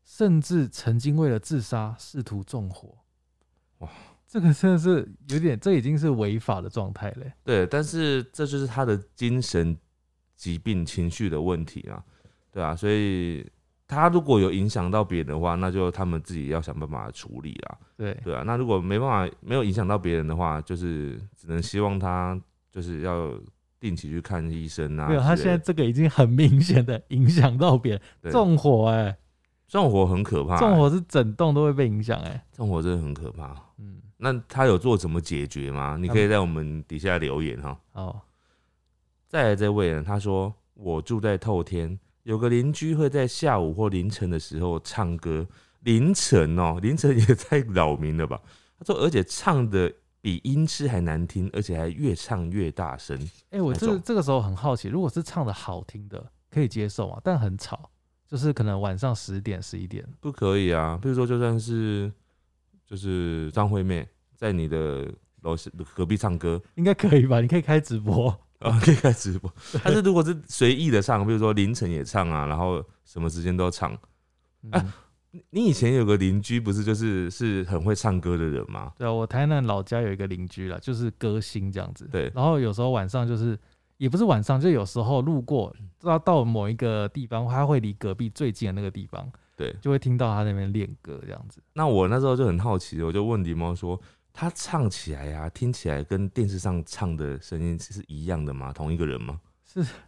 A: 甚至曾经为了自杀试图纵火。
B: 哇，
A: 这个真的是有点，这已经是违法的状态嘞。
B: 对，但是这就是他的精神疾病、情绪的问题啊，对啊，所以他如果有影响到别人的话，那就他们自己要想办法处理啦，
A: 对，
B: 对啊，那如果没办法没有影响到别人的话，就是只能希望他就是要定期去看医生啊
A: 没
B: 之类
A: 有，
B: 的。
A: 他现在这个已经很明显的影响到别人，
B: 对
A: 纵火哎、
B: 纵火很可怕、欸，
A: 纵火是整栋都会被影响哎、
B: 纵火真的很可怕。
A: 嗯，
B: 那他有做怎么解决吗？你可以在我们底下留言哈。
A: 好，
B: 再来这位呢，他说我住在透天，有个邻居会在下午或凌晨的时候唱歌，凌晨哦、 凌晨也太扰民了吧？他说，而且唱的比音痴还难听，而且还越唱越大声。
A: 哎、我
B: 哪
A: 这
B: 种
A: 这个时候很好奇，如果是唱的好听的，可以接受啊，但很吵，就是可能晚上十点十一点，
B: 不可以啊！比如说，就算是就是张惠妹在你的楼下隔壁唱歌，
A: 应该可以吧？你可以开直播，
B: 啊，可以开直播。但是如果是随意的唱，比如说凌晨也唱啊，然后什么时间都唱。
A: 嗯、
B: 啊你你以前有个邻居不是就是是很会唱歌的人吗？
A: 对啊，我台南老家有一个邻居啦，就是歌星这样子。
B: 对
A: 然后有时候晚上就是，也不是晚上，就有时候路过，
B: 嗯
A: 到到某一个地方，他会离隔壁最近的那个地方，
B: 对。
A: 就会听到他那边练歌这样子。
B: 那我那时候就很好奇，我就问狸猫说，他唱起来呀、听起来跟电视上唱的声音是一样的吗？同一个人吗？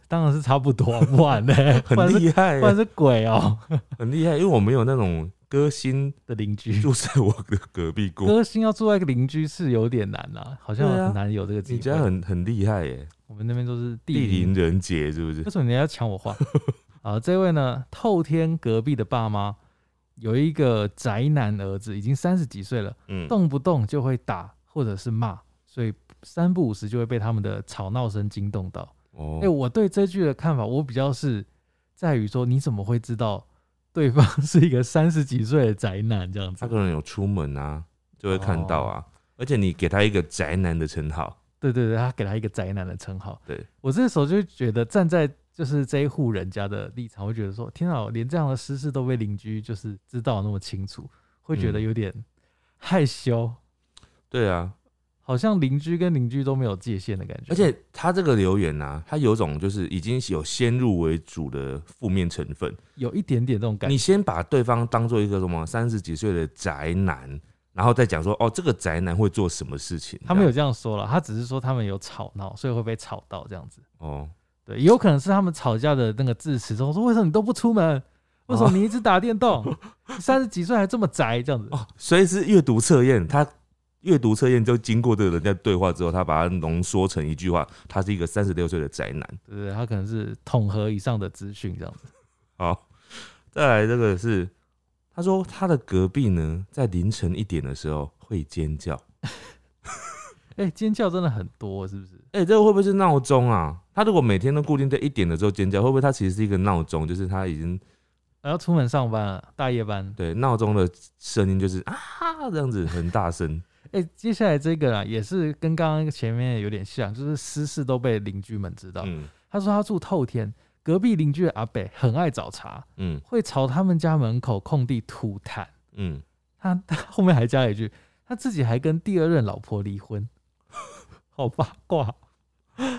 A: 当然是差不多，不然呢？
B: 很
A: 不然是
B: 厉害
A: 不然
B: 欸，
A: 是鬼哦、
B: 很厉害，因为我没有那种歌星
A: 的邻居。
B: 住在我的隔壁过。
A: 歌星要住在一个邻居是有点难啦，好像
B: 对啊
A: 很难有这个机
B: 你
A: 会。
B: 家很很厉害耶，
A: 我们那边都是地
B: 地灵人杰是不是
A: 为？什么你要抢我 话？啊，这位呢，透天隔壁的爸妈有一个宅男儿子，已经三十几岁了，
B: 嗯，
A: 动不动就会打或者是骂，所以三不五时就会被他们的吵闹声惊动到。
B: 哦
A: 哎、我对这句的看法，我比较是在于说，你怎么会知道对方是一个三十几岁的宅男这样
B: 他
A: 子？
B: 可能有出门啊，就会看到
A: 哦
B: 啊。而且你给他一个宅男的称号，
A: 对对对，他给他一个宅男的称号。
B: 对
A: 我这时候就会觉得站在就是这一户人家的立场，会觉得说，天啊，连这样的私事都被邻居就是知道那么清楚，会觉得
B: 嗯
A: 有点害羞，
B: 对啊。
A: 好像邻居跟邻居都没有界限的感觉。
B: 而且他这个留言啊，他有种就是已经有先入为主的负面成分。
A: 有一点点这种感
B: 你
A: 觉，
B: 先把对方当做一个什么三十几岁的宅男，然后再讲说哦，这个宅男会做什么事情？
A: 他们有
B: 这
A: 这样说了，他只是说他们有吵闹，所以会被吵到这样子。
B: 样哦，
A: 对，也有可能是他们吵架的那个致辞中说，为什么你都不出门？为
B: 哦
A: 什么你一直打电 动？三十几岁还这么宅这样子？
B: 哦，所以是阅读测验，他阅读测验就经过这个人家对话之后，他把它浓缩成一句话，他是一个三十六岁的宅男。
A: 对对，他可能是统合以上的资讯这样子。
B: 好，哦再来这个是，他说他的隔壁呢，在凌晨一点的时候会尖叫。
A: 哎、尖叫真的很多，是不是？
B: 哎、这个会不会是闹钟啊？他如果每天都固定在一点的时候尖叫，会不会他其实是一个闹钟？就是他已经
A: 然后出门上班了，大夜班。
B: 对闹钟的声音就是啊这样子很大声。
A: 哎、接下来这个啊，也是跟刚刚前面有点像，就是私事都被邻居们知道。
B: 嗯
A: 他说他住透天，隔壁邻居的阿北很爱找茬，
B: 嗯
A: 会朝他们家门口空地吐痰。
B: 嗯，
A: 他他后面还加了一句，他自己还跟第二任老婆离婚， 好八卦，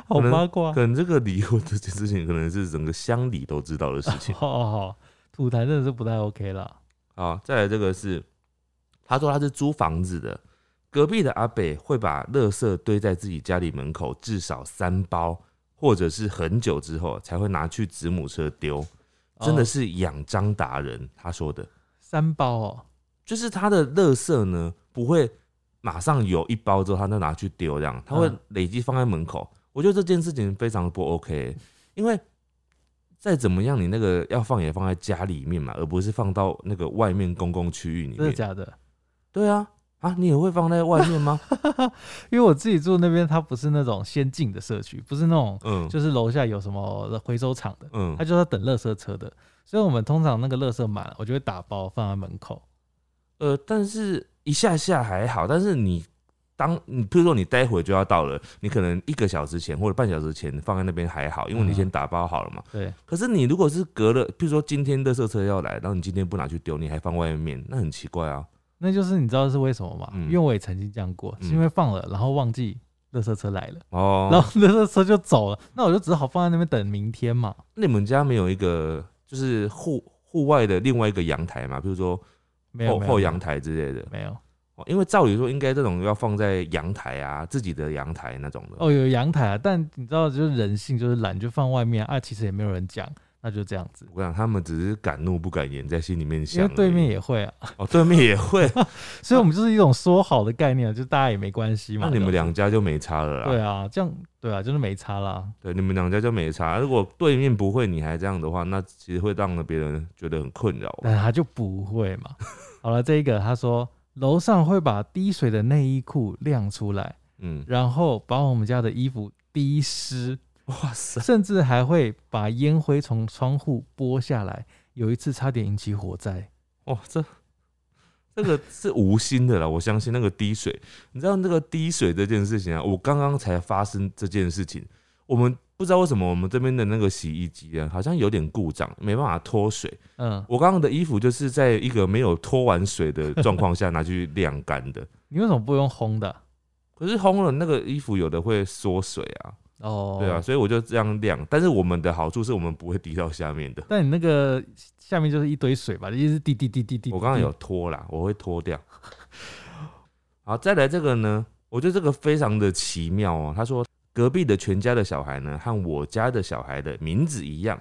A: 好八卦，
B: 可能这个离婚这件事情，可能是整个乡里都知道的事 情。
A: 好好好，吐痰真的是不太 OK 啦。
B: 好，啊再来这个是，他说他是租房子的，隔壁的阿北会把垃圾堆在自己家里门口至少三包，或者是很久之后才会拿去子母车丢，真的
A: 哦
B: 是养张达人。他说的，
A: 三包哦，
B: 就是他的垃圾呢不会马上有一包之后他再拿去丢，这样他会
A: 嗯
B: 累积放在门口。我觉得这件事情非常不 OK，因为再怎么样你那个要放也放在家里面嘛，而不是放到那个外面公共区域里
A: 真的
B: 面。
A: 假的？
B: 对啊，啊，你也会放在 外面吗？
A: 因为我自己住那边，它不是那种先进的社区，不是那种
B: 嗯
A: 就是楼下有什么回收厂的，
B: 嗯
A: 它，就是要等垃圾车的。所以我们通常那个垃圾满了，我就会打包放在门口。
B: 呃，但是一下下还好，但是你当你譬如说你待会就要到了，你可能一个小时前或者半小时前放在那边还好，因为你先打包好了嘛。
A: 对，
B: 可是你如果是隔了，譬如说今天垃圾车要来，然后你今天不拿去丢，你还放外面，那很奇怪啊。
A: 那就是你知道是为什么吗？
B: 嗯
A: 因为我也曾经这样过，是因为放了，然后忘记垃圾车来了，
B: 哦，
A: 然后垃圾车就走了，那我就只好放在那边等明天嘛。
B: 那你们家没有一个就是户户外的另外一个阳台嘛？比如说
A: 没有
B: 后
A: 没有
B: 后阳台之类的，
A: 没有
B: 哦因为照理说应该这种要放在阳台啊，自己的阳台那种的。
A: 哦，有阳台啊，但你知道，就是人性就是懒，就放外面啊，其实也没有人讲，那就这样子。
B: 我跟你讲，他们只是敢怒不敢言，在心里面
A: 因
B: 想而
A: 为
B: 已。
A: 对面也会啊，
B: 哦，对面 也会，
A: 所以我们就是一种说好的概念，就大家也没关系嘛。
B: 那你们
A: 这样
B: 两家就没差了啦。
A: 对啊，这样对啊，就是没差啦。
B: 对，你们两家就没差。如果对面不会，你还这样的话，那其实会让别人觉得很困扰啊吧。
A: 但他就不会嘛。好了，这一个他说楼上会把滴水的内衣裤晾出来，
B: 嗯，
A: 然后把我们家的衣服滴 湿，
B: 哇塞，
A: 甚至还会把烟灰从窗户拨下来。有一次差点引起火灾，
B: 哇，这这个是无心的啦，我相信那个滴水，你知道那个滴水这件事情啊，我刚刚才发生这件事情，我们不知道为什么我们这边的那个洗衣机啊，好像有点故障，没办法脱水。
A: 嗯，
B: 我刚刚的衣服就是在一个没有脱完水的状况下拿去晾干的，
A: 你为什么不用烘的？
B: 可是烘了那个衣服有的会缩水啊，
A: 哦，
B: 对啊，，所以我就这样晾。但是我们的好处是我们不会滴到下面的，
A: 但你那个下面就是一堆水吧，就一直滴滴滴滴滴。
B: 我刚刚有脱啦，我会脱掉。好，再来这个呢，我觉得这个非常的奇妙哦。他说隔壁的全家的小孩呢，和我家的小孩的名字一样，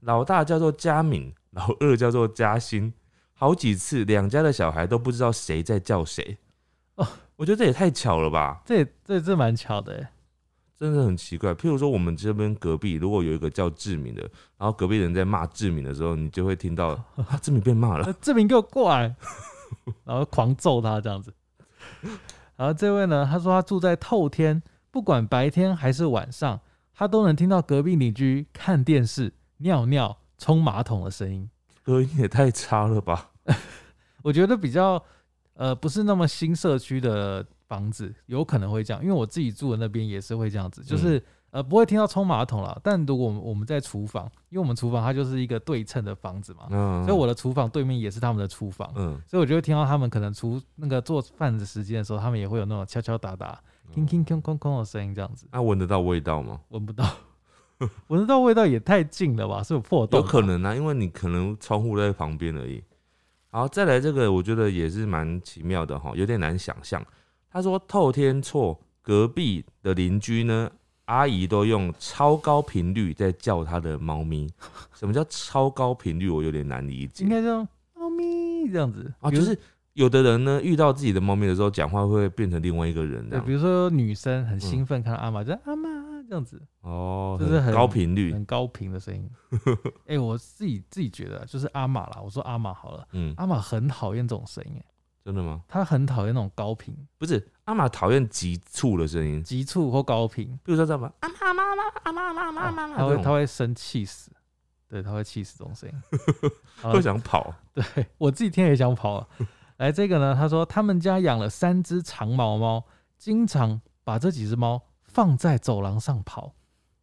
B: 老大叫做佳敏，老二叫做嘉欣。好几次，两家的小孩都不知道谁在叫谁。
A: 哦
B: 哦，我觉得这也太巧了吧，
A: 这也这这蛮巧的欸，
B: 真的很奇怪。譬如说，我们这边隔壁如果有一个叫志敏的，然后隔壁人在骂志敏的时候，你就 会听到啊，志敏被骂了。
A: 那呃志明给我过来， 然后狂揍他这样子。然后这位呢，他说他住在透天，不管白天还是晚上，他都能听到隔壁邻居看电视、尿尿、冲马桶的声音。
B: 隔音也太差了吧。
A: 我觉得比较呃不是那么新社区的房子有可能会这样，因为我自己住的那边也是会这样子，就是、呃不会听到冲马桶啦，但如果我们我们在厨房，因为我们厨房它就是一个对称的房子嘛，啊
B: 嗯，
A: 所以我的厨房对面也是他们的厨房，
B: 嗯，
A: 所以我就会听到他们可能厨那个做饭的时间的时候，他们也会有那种敲敲打打、
B: 哦
A: 叮叮哐哐哐的声音，这样子
B: 那、闻得到味道吗？
A: 闻不到， 闻得到味道也太近了吧？是有破洞
B: 有
A: 吧？
B: 可能啊，因为你可能窗户在旁边而已。好，再来这个，我觉得也是蛮奇妙的哈，有点难想象。他说透天错隔壁的邻居呢，阿姨都用超高频率在叫她的猫 咪。什么叫超高频率？我有点难理解
A: 应该这样，猫咪这样子
B: 啊，
A: 比
B: 就
A: 如
B: 是嗯有的人呢，遇到自己的猫咪的时候，讲话会变成另外一个人这
A: 对，
B: 样
A: 比。如说女生很兴奋看到阿玛，就阿玛这样子，
B: 哦，
A: 就是很
B: 高频率。
A: 很高频的声 音。哎、我自己自己觉得就是阿玛啦，我说阿玛好了，
B: 嗯，
A: 阿玛很讨厌这种声音、哎，
B: 真的吗？
A: 她很讨厌那种高频、
B: 不是，阿玛讨厌急促的声音，
A: 急促或高频，
B: 比如说这样吧，啊
A: 妈妈
B: 妈
A: 她
B: 这
A: 会
B: 种
A: 她会生气死，对，她会气死这种声音。好了
B: 会想跑。
A: 对我自己听也想跑了。来，这个呢，他说他们家养了三只长毛猫，经常把这几只猫放在走廊上跑，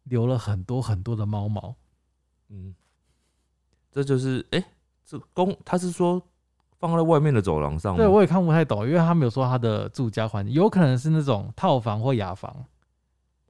A: 留了很多很多的猫毛。
B: 嗯，这就是哎、诶这公他是说放在外面的走廊上吗？
A: 对，我也看不太懂，因为他没有说他的住家环境，有可能是那种套房或雅房。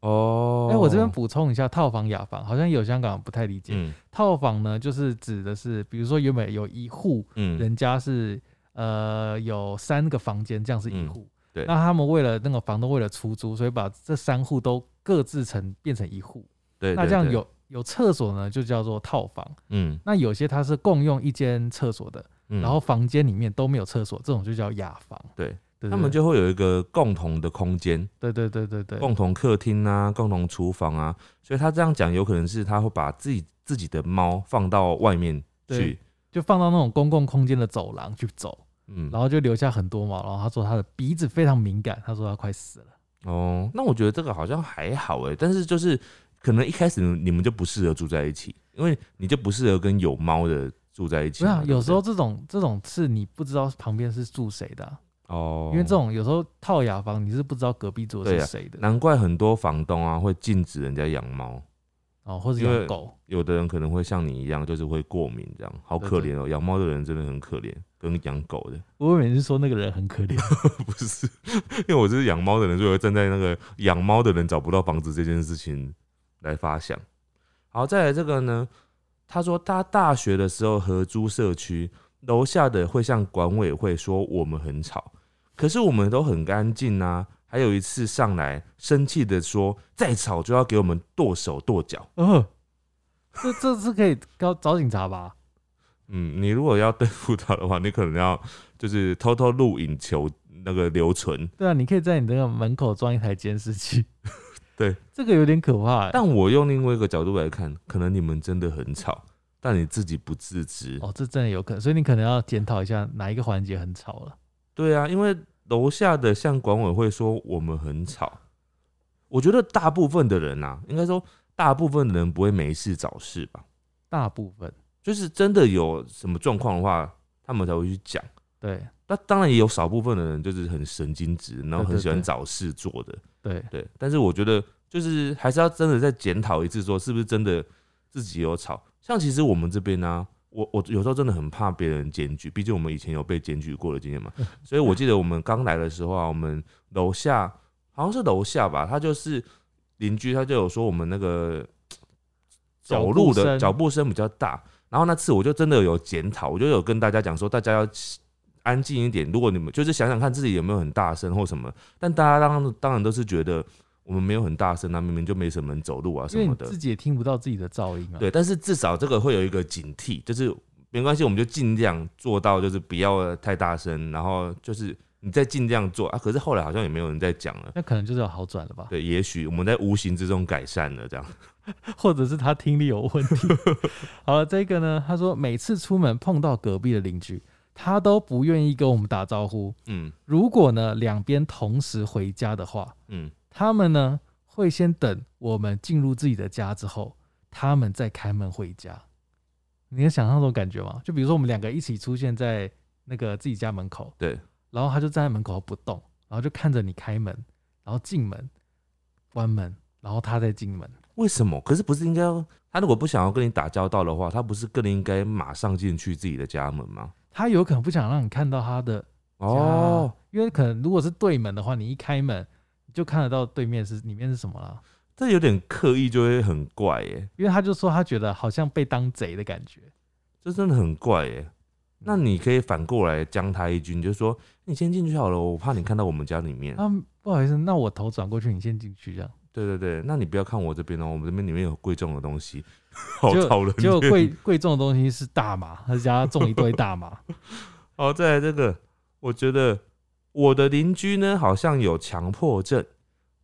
B: 哦
A: 哎、，我这边补充一下，套房、雅房好像有香港人不太理解。
B: 嗯
A: 套房呢，就是指的是，比如说原本有一户
B: 嗯
A: 人家是呃有三个房间，这样是一
B: 嗯
A: 户。
B: 对
A: 那他们为了那个房东为了出租，所以把这三户都各自成变成一户。
B: 对，
A: 那
B: 对
A: 这样
B: 对
A: 有有厕所呢，就叫做套房。
B: 嗯
A: 那有些它是共用一间厕所的，
B: 嗯，
A: 然后房间里面都没有厕所，这种就叫雅房。
B: 对
A: 对，对
B: 他们就会有一个共同的空间，
A: 对对对对对，
B: 共同客厅啊，共同厨房啊，所以他这样讲有可能是他会把自己自己的猫放到外面
A: 对
B: 去，
A: 就放到那种公共空间的走廊去走，
B: 嗯，
A: 然后就留下很多毛。然后他说他的鼻子非常敏感，他说他快死了。
B: 哦，那我觉得这个好像还好哎，但是就是可能一开始你们就不适合住在一起，因为你就不适合跟有猫的住在一起
A: 不
B: 嘛。
A: 是啊，
B: 对
A: 有
B: 不
A: 时候这种这种是你不知道旁边是住谁的啊、
B: 对哦，
A: 因为这种有时候套雅房你是不知道隔壁桌
B: 对
A: 是
B: 啊
A: 谁的、
B: 难怪很多房东啊会禁止人家养猫，
A: 哦，或者
B: 因为
A: 养狗，
B: 有的人可能会像你一样，就是会过敏这样，好
A: 对
B: 可
A: 对
B: 怜哦。养猫的人真的很可怜，跟养狗的
A: 我每次说那个人很可怜，
B: 不是，因为我就是养猫的人，所以我站在那个养猫的人找不到房子这件事情来发想。好，再来这个呢，他说他大学的时候合租社区，楼下的会向管委会说我们很吵，可是我们都很干净啊。还有一次上来生气的说，再吵就要给我们剁手剁脚。
A: 呃，这这是可以告找警察吧？
B: 嗯，你如果要对付他的话，你可能要就是偷偷录影求那个留存。
A: 对啊，你可以在你那个门口装一台监视器。
B: 对，
A: 这个有点可怕、欸。
B: 但我用另外一个角度来看，可能你们真的很吵，但你自己不自知。
A: 哦，这真的有可能，所以你可能要检讨一下哪一个环节很吵了。
B: 对啊，因为楼下的向管委会说我们很吵，我觉得大部分的人啊，应该说大部分的人不会没事找事吧？
A: 大部分
B: 就是真的有什么状况的话，他们才会去讲。
A: 对
B: 那当然也有少部分的人就是很神经质，然后
A: 对
B: 很
A: 对
B: 喜欢
A: 对
B: 找事做的。
A: 对，
B: 对，但是我觉得就是还是要真的再检讨一次，说是不是真的自己有吵。像其实我们这边呢、我我有时候真的很怕别人检举，毕竟我们以前有被检举过的经验嘛。所以我记得我们刚来的时候啊，我们楼下好像是楼下吧，他就是邻居，他就有说我们那个走路的脚
A: 脚
B: 步声比较大。然后那次我就真的有检讨，我就有跟大家讲说，大家要安静一点。如果你们就是想想看自己有没有很大声或什么，但大家当当然都是觉得我们没有很大声啊，明明就没什么人走路啊
A: 因
B: 什
A: 为你
B: 么的
A: 自。己也听不到自己的噪音啊。
B: 对，但是至少这个会有一个警惕，就是没关系，我们就尽量做到，就是不要太大声，然后就是你再尽量做啊。可是后来好像也没有人在讲了。
A: 那可能就是有好转了吧，
B: 对，也许我们在无形之中改善了这样。
A: 或者是他听力有问题。好了，这个呢，他说每次出门碰到隔壁的邻居，他都不愿意跟我们打招呼。
B: 嗯
A: 如果呢两边同时回家的话，
B: 嗯，
A: 他们呢会先等我们进入自己的家之后，他们再开门回家。你能想象这种感觉吗？就比如说我们两个一起出现在那个自己家门口，
B: 对，
A: 然后他就站在门口不动，然后就看着你开门，然后进门、关门，然后他再进门。
B: 为什么？可是不是应该要他如果不想要跟你打交道的话，他不是更应该马上进去自己的家门吗？
A: 他有可能不想让你看到他的
B: 哦，
A: 家，因为可能如果是对门的话，你一开门你就看得到对面是里面是什么了。
B: 这有点刻意，就会很怪耶，
A: 因为他就说他觉得好像被当贼的感觉。
B: 这真的很怪耶。
A: 嗯
B: 那你可以反过来将他一军，你就说你先进去好了，我怕你看到我们家里面。
A: 啊，不好意思，那我头转过去，你先进去这样。
B: 对对对，那你不要看我这边哦，我们这边里面有贵重的东西，好
A: 就
B: 哦讨人
A: 结果
B: 厌。
A: 贵贵重的东西是大麻，他家种一堆大麻。
B: 好，哦再来这个，我觉得我的邻居呢好像有强迫症，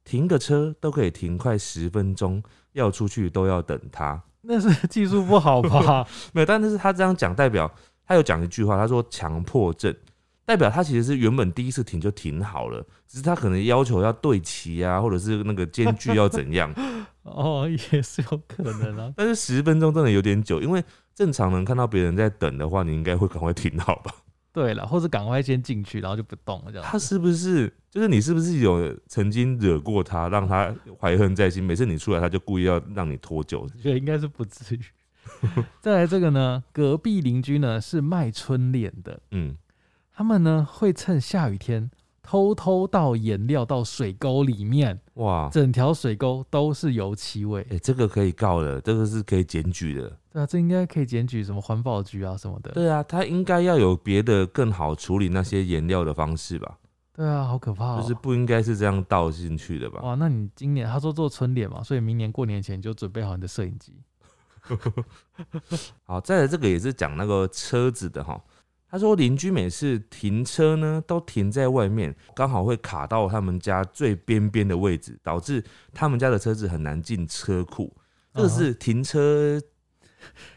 B: 停个车都可以停快十分钟，要出去都要等他。
A: 那是技术不好吧？
B: 没有，但是他这样讲代表他有讲一句话，他说强迫症，代表他其实是原本第一次停就停好了，只是他可能要求要对齐啊，或者是那个间距要怎 样，
A: 哦，也是有可能啊。
B: 但是十分钟真的有点久，因为正常人看到别人在等的话，你应该会赶快停好 吧？
A: 对了，或者赶快先进去，然后就不动了这样。
B: 他是不是就是你是不是有曾经惹过他，让他怀恨在心？每次你出来，他就故意要让你拖久。
A: 我觉得应该是不至 于。再来这个呢，隔壁邻居呢是卖春联的，
B: 嗯，
A: 他们呢会趁下雨天偷偷倒颜料到水沟里面，
B: 哇，
A: 整条水沟都是油漆味
B: 哎、。这个可以告的，这个是可以检举的。
A: 对啊，这应该可以检举什么环保局啊什么的。
B: 对啊，他应该要有别的更好处理那些颜料的方式吧，
A: 对啊，好可怕、哦。哦
B: 就是不应该是这样倒进去的吧？
A: 哇，那你今年他说做春联嘛，所以明年过年前你就准备好你的摄影机。
B: 好，再来这个也是讲那个车子的哈。他说邻居每次停车呢，都停在外面，刚好会卡到他们家最边边的位置，导致他们家的车子很难进车库。这个
A: 啊
B: 是停车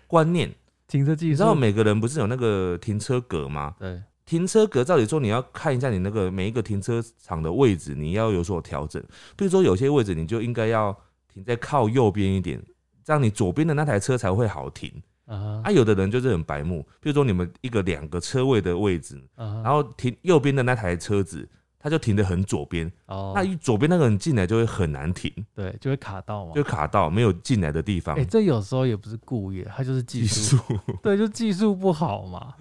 B: 观念，
A: 停车技
B: 你
A: 术，
B: 知道每个人不是有那个停车格吗？
A: 对
B: 停车格，照理说你要看一下你那个每一个停车场的位置，你要有所调整。比如说有些位置你就应该要停在靠右边一点，这样你左边的那台车才会好停。
A: 啊
B: 啊，有的人就是很白目，比如说你们一个两个车位的位置，
A: 啊，
B: 然后停右边的那台车子，它就停得很左边，
A: 哦，
B: 那一左边那个人进来就会很难停，
A: 对，就会卡到嘛。
B: 就卡到没有进来的地方
A: 哎、。这有时候也不是故意的，他就是技
B: 技
A: 术，
B: 术，
A: 对，就技术不好 嘛，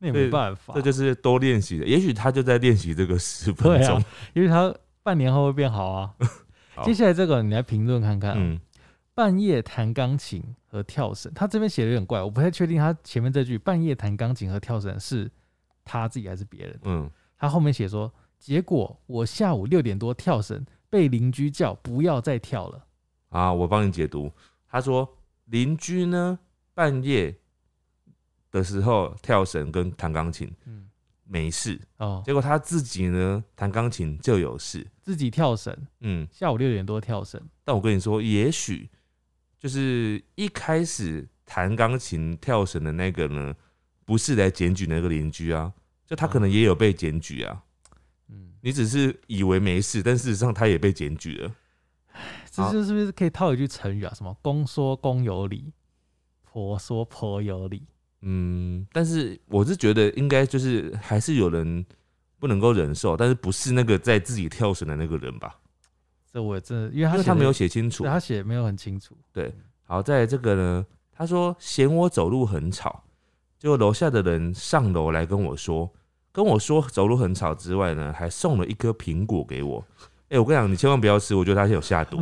A: 那也没
B: 对
A: 办法。
B: 这就是多练习的。也许他就在练习这个十分
A: 对
B: 钟
A: 啊。，因为他半年后会变好啊。
B: 好
A: 接下来这个你来评论看看啊、
B: 嗯，
A: 半夜弹钢琴和跳绳，他这边写的有点怪，我不太确定他前面这句“半夜弹钢琴和跳绳”是他自己还是别人。
B: 嗯，
A: 他后面写说，结果我下午六点多跳绳，被邻居叫不要再跳了。
B: 啊，我帮你解读。他说邻居呢半夜的时候跳绳跟弹钢琴
A: 嗯，
B: 没事，
A: 哦，
B: 结果他自己呢弹钢琴就有事。
A: 自己跳绳，
B: 嗯，
A: 下午六点多跳绳，
B: 但我跟你说，也许就是一开始弹钢琴跳绳的那个呢，不是来检举那个邻居啊，就他可能也有被检举啊。
A: 嗯，
B: 你只是以为没事，但事实上他也被检举了。
A: 这
B: 好
A: 就是不是可以套一句成语啊？什么“公说公有理，婆说婆有理
B: 嗯，但是我是觉得应该就是还是有人不能够忍受，但是不是那个在自己跳绳的那个人吧？”。
A: 这我真的，因为
B: 因
A: 他
B: 为
A: 写
B: 他
A: 的
B: 没有写清楚
A: 对。他写得没有很清楚。
B: 好，在这个呢，他说嫌我走路很吵，就楼下的人上楼来跟我说，跟我说走路很吵之外呢，还送了一颗苹果给我。哎、我跟你讲，你千万不要吃，我觉得他是有下 毒，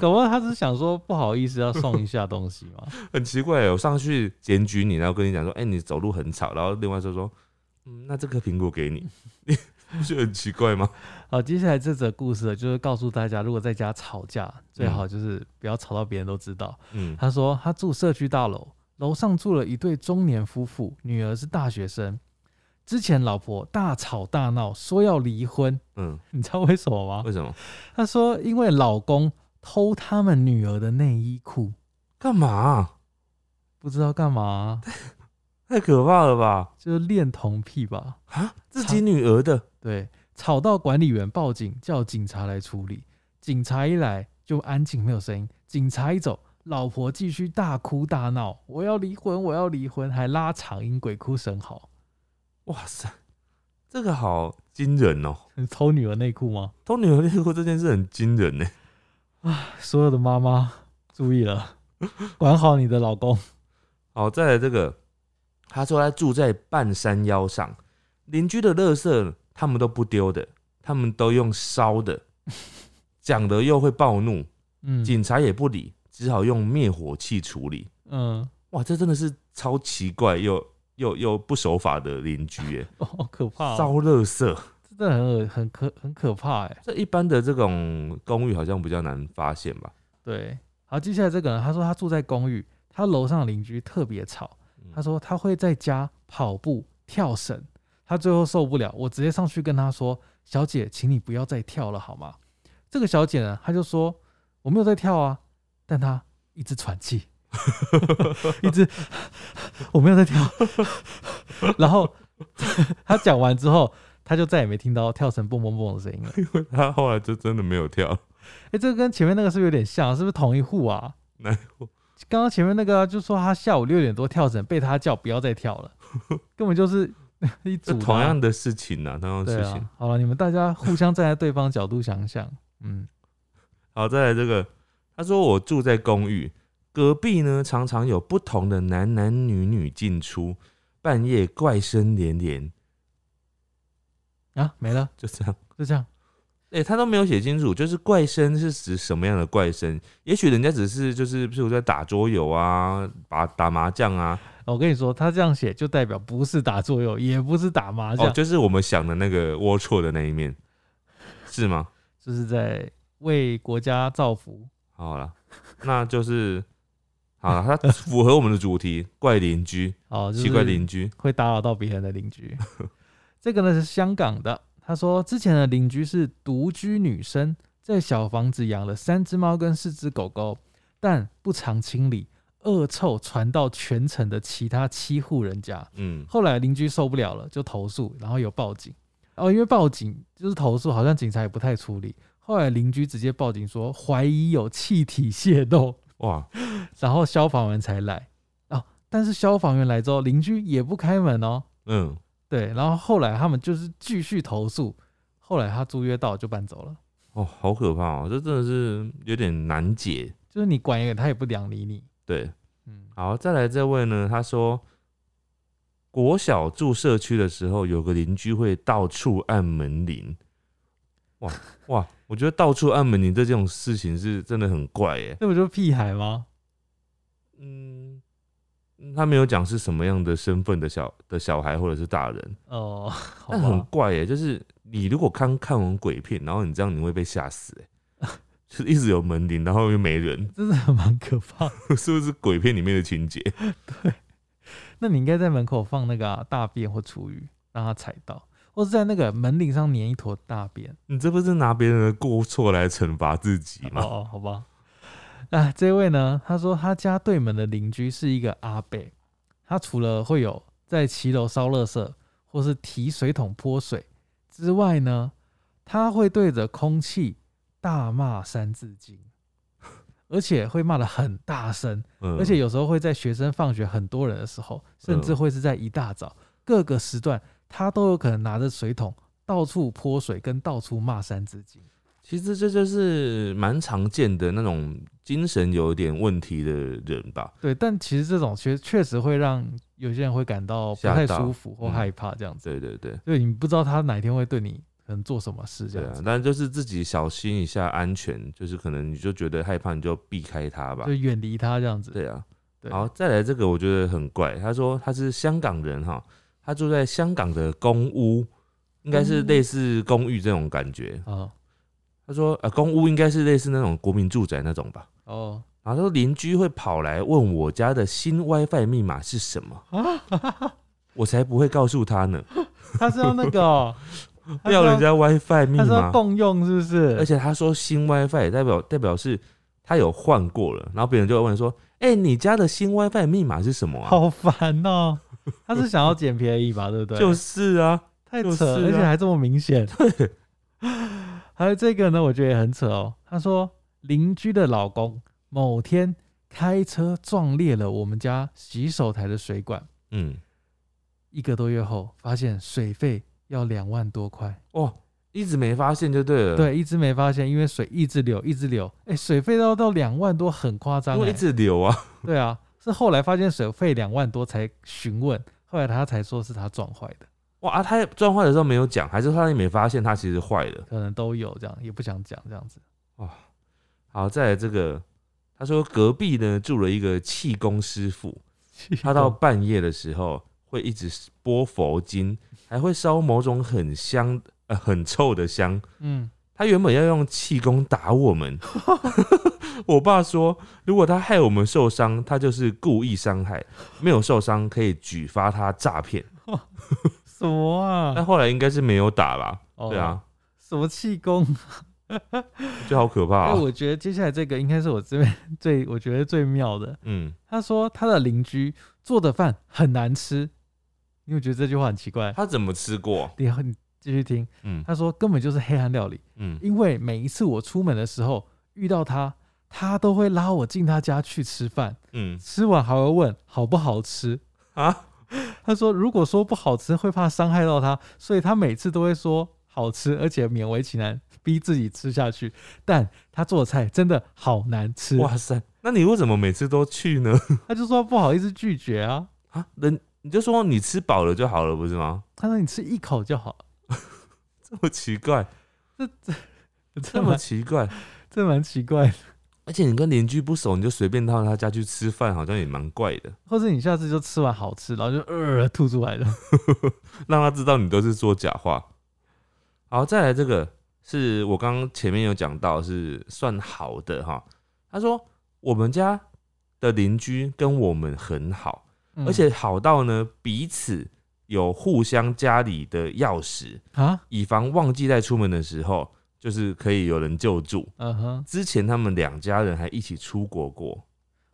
A: 搞不好他只是想说不好意思要送一下东西 嘛。
B: 很奇怪、哦。我上去检举你，然后跟你讲说，哎、你走路很吵，然后另外就说，嗯，那这颗苹果给你， 你不是很奇怪吗？
A: 好，接下来这则故事呢就是告诉大家，如果在家吵架，最好就是不要吵到别人都知道。
B: 嗯
A: 他说他住社区大楼，楼上住了一对中年夫妇，女儿是大学生。之前老婆大吵大闹，说要离婚，
B: 嗯，
A: 你知道为什么吗？
B: 为什么？
A: 他说因为老公偷他们女儿的内衣裤，
B: 干嘛啊、
A: 不知道干嘛啊、
B: 太可怕了吧！
A: 就是恋童癖吧？
B: 啊，自己女儿的，
A: 对，吵到管理员报警，叫警察来处理。警察一来就安静没有声音，警察一走，老婆继续大哭大闹，我要离婚，我要离婚，还拉长音鬼哭神嚎。
B: 哇塞，这个好惊人哦！
A: 偷女儿内裤吗？
B: 偷女儿内裤这件事很惊人呢。
A: 所有的妈妈注意了，管好你的老公。
B: 好，再来这个，他说他住在半山腰上，邻居的垃圾他们都不丢的，他们都用烧的，讲了又会暴怒，
A: 嗯
B: 警察也不理，只好用灭火器处理。
A: 嗯，
B: 哇，这真的是超奇怪又又又不守法的邻居耶，
A: 哦好可怕、
B: 烧
A: 哦，
B: 垃圾。
A: 这真的很恶很可很可怕哎。
B: 这一般的这种公寓好像比较难发现吧？
A: 对，好，接下来这个人他说他住在公寓，他楼上邻居特别吵，他说他会在家跑步、跳绳，他最后受不了，我直接上去跟他说：“小姐，请你不要再跳了，好吗？”这个小姐呢，她就说：“我没有在跳啊。”但她一直喘气，一直我没有在跳。然后她讲完之后，她就再也没听到跳绳蹦蹦蹦的声音了。哎、
B: 他后来就真的没有跳，
A: 这个跟前面那个是不是有点像？是不是同一户 啊？
B: 那
A: 刚刚前面那个啊就说他下午六点多跳绳，被他叫不要再跳 了，根本就是 一组
B: 这
A: 的啊
B: 同样的事情呢、啊，同样的
A: 对
B: 事情
A: 啊。。好了，你们大家互相站在对方角度想想，嗯，
B: 好，再来这个，他说我住在公寓，隔壁呢常常有不同的男男女女进出，半夜怪声连连，
A: 啊，没了，
B: 就这 样。
A: 就这样。
B: 哎、他都没有写清楚，就是怪声是指什么样的怪声？也许人家只是就是，譬如在打桌游啊，打打麻将啊，
A: 哦我跟你说，他这样写就代表不是打桌游，也不是打麻将，
B: 哦，就是我们想的那个龌龊的那一面，是吗？
A: 就是在为国家造福。
B: 好了，那就是好了，它符合我们的主题，怪邻居，
A: 哦， 就是、
B: 奇怪邻居。
A: 会打扰到别人的邻居。 这个呢是香港的，他说之前的邻居是独居女生，在小房子养了三只猫跟四只狗狗，但不常清理，恶臭传到全城的其他七户人家。
B: 嗯，
A: 后来邻居受不了了，就投诉，然后有报警。哦，因为报警就是投诉，好像警察也不太处理。后来邻居直接报警说怀疑有气体泄漏，
B: 哇，
A: 然后消防员才来。啊、但是消防员来之后，邻居也不开门哦。
B: 嗯，
A: 对，然后后来他们就是继续投诉，后来他租约到就搬走了。
B: 哦，好可怕哦，这真的是有点难解。
A: 就是你管一个，他也不想理你。
B: 对，
A: 嗯，
B: 好，再来这位呢，他说，国小住社区的时候，有个邻居会到处按门铃。哇哇，我觉得到处按门铃这种事情是真的很怪耶。
A: 那不就是屁孩吗？
B: 嗯，他没有讲是什么样的身份的小的小孩或者是大人，
A: 哦， 好
B: 但很
A: 吧，
B: 怪耶。就是你如果看看完鬼片，然后你这样你会被吓死哎， 就是一直有门铃，然后又没人，
A: 真的蛮可怕。
B: 是不是鬼片里面的情节？
A: 那你应该在门口放那个啊、大便或厨余，让他踩到，或是在那个门铃上粘一坨大便。
B: 你这不是拿别人的过错来惩罚自己吗？
A: 哦，好吧。啊，这位呢，他说他家对门的邻居是一个阿伯，他除了会有在骑楼烧垃圾或是提水桶泼水之外呢，他会对着空气大骂《三字经》，而且会骂得很大声，
B: 嗯
A: 而且有时候会在学生放学很多人的时候，甚至会是在一大早各个时段，他都有可能拿着水桶到处泼水，跟到处骂《三字经》。
B: 其实这就是蛮常见的那种精神有点问题的人吧。
A: 对，但其实这种确确实会让有些人会感到不
B: 吓
A: 太
B: 到
A: 舒服或
B: 嗯
A: 害怕这样子，
B: 对对对，
A: 就你不知道他哪天会对你可能做什么事这
B: 对
A: 样
B: 啊
A: 子，，
B: 但就是自己小心一下安全，就是可能你就觉得害怕，你就避开它吧
A: 就。远离他这样子。
B: 对啊，
A: 对
B: 好，再来这个我觉得很怪，他说他是香港人哈，他住在香港的公屋，应该
A: 嗯
B: 是类似公寓这种感觉。
A: 啊，
B: 他说呃，公屋应该是类似那种国民住宅那种吧。
A: 哦，
B: 然后他说邻居会跑来问我家的新 WiFi 密码是 什么，我才不会告诉他呢。
A: 他是要那个 哦他是
B: 要人家 WiFi 密
A: 他是要
B: 码，哎
A: 共用是不是？
B: 而且他说新 WiFi 代表代表是他有换过了，然后别人就会问说：“哎、你家的新 WiFi 密码是什么啊
A: 好烦哦，他是想要捡便宜吧，对不？”对？
B: 就是啊，
A: 太扯，
B: 就是啊
A: 而且还这么明显。 还有这个呢，我觉得也很扯哦。他说邻居的老公某天开车撞裂了我们家洗手台的水管，
B: 嗯，
A: 一个多月后发现水费要两万多块。
B: 哇，一直没发现就对了，，
A: 对，一直没发现，因为水一直流，一直流。哎、水费要到两万多，很夸张、
B: 因为一
A: 欸。
B: 直流啊，
A: 对啊，是后来发现水费两万多才询问，后来他才说是他撞坏的，
B: 哇啊，他撞坏的时候没有讲，还是他也没发现他其实坏了。
A: 可能都有这样，也不想讲这样子。
B: 好，再来这个，他说隔壁呢住了一个气功师傅，他到半夜的时候会一直播佛经，还会烧某种很香、呃很臭的香。
A: 嗯，
B: 他原本要用气功打我们， 我爸说，如果他害我们受伤，他就是故意伤害；没有受伤，可以举发他诈骗。
A: 什么啊？
B: 但后来应该是没有打啦，
A: 哦
B: 对啊，
A: 什么气功？
B: 就好可怕、
A: 哎，
B: 啊。
A: 我觉得接下来这个应该是我这边 最我觉得最妙的。
B: 嗯，
A: 他说他的邻居做的饭很难吃，你有觉得这句话很奇怪？
B: 他怎么吃过？
A: 你你继续听，
B: 嗯
A: 他说根本就是黑暗料理，
B: 嗯，
A: 因为每一次我出门的时候遇到他，他都会拉我进他家去吃饭，
B: 嗯
A: 吃完还会问好不好吃。
B: 啊，
A: 他说如果说不好吃会怕伤害到他，所以他每次都会说好吃，而且勉为其难逼自己吃下去。但他做的菜真的好难吃，
B: 哇塞！那你为什么每次都去呢？
A: 他就说不好意思拒绝啊。
B: 啊，人你就说你吃饱了就好了，不是吗？
A: 他说你吃一口就好，
B: 这么奇怪，
A: 这
B: 这么
A: 蛮
B: 奇怪，
A: 这蛮奇怪的。
B: 而且你跟邻居不熟，你就随便到他家去吃饭，好像也蛮怪的。
A: 或者你下次就吃完好吃，然后就呃吐出来了。
B: 让他知道你都是说假话。好，再来这个是我刚刚前面有讲到，是算好的哈。他说我们家的邻居跟我们很好，
A: 嗯
B: 而且好到呢彼此有互相家里的钥匙，
A: 啊，
B: 以防忘记在出门的时候，就是可以有人救助。
A: 嗯哼，
B: 之前他们两家人还一起出国过，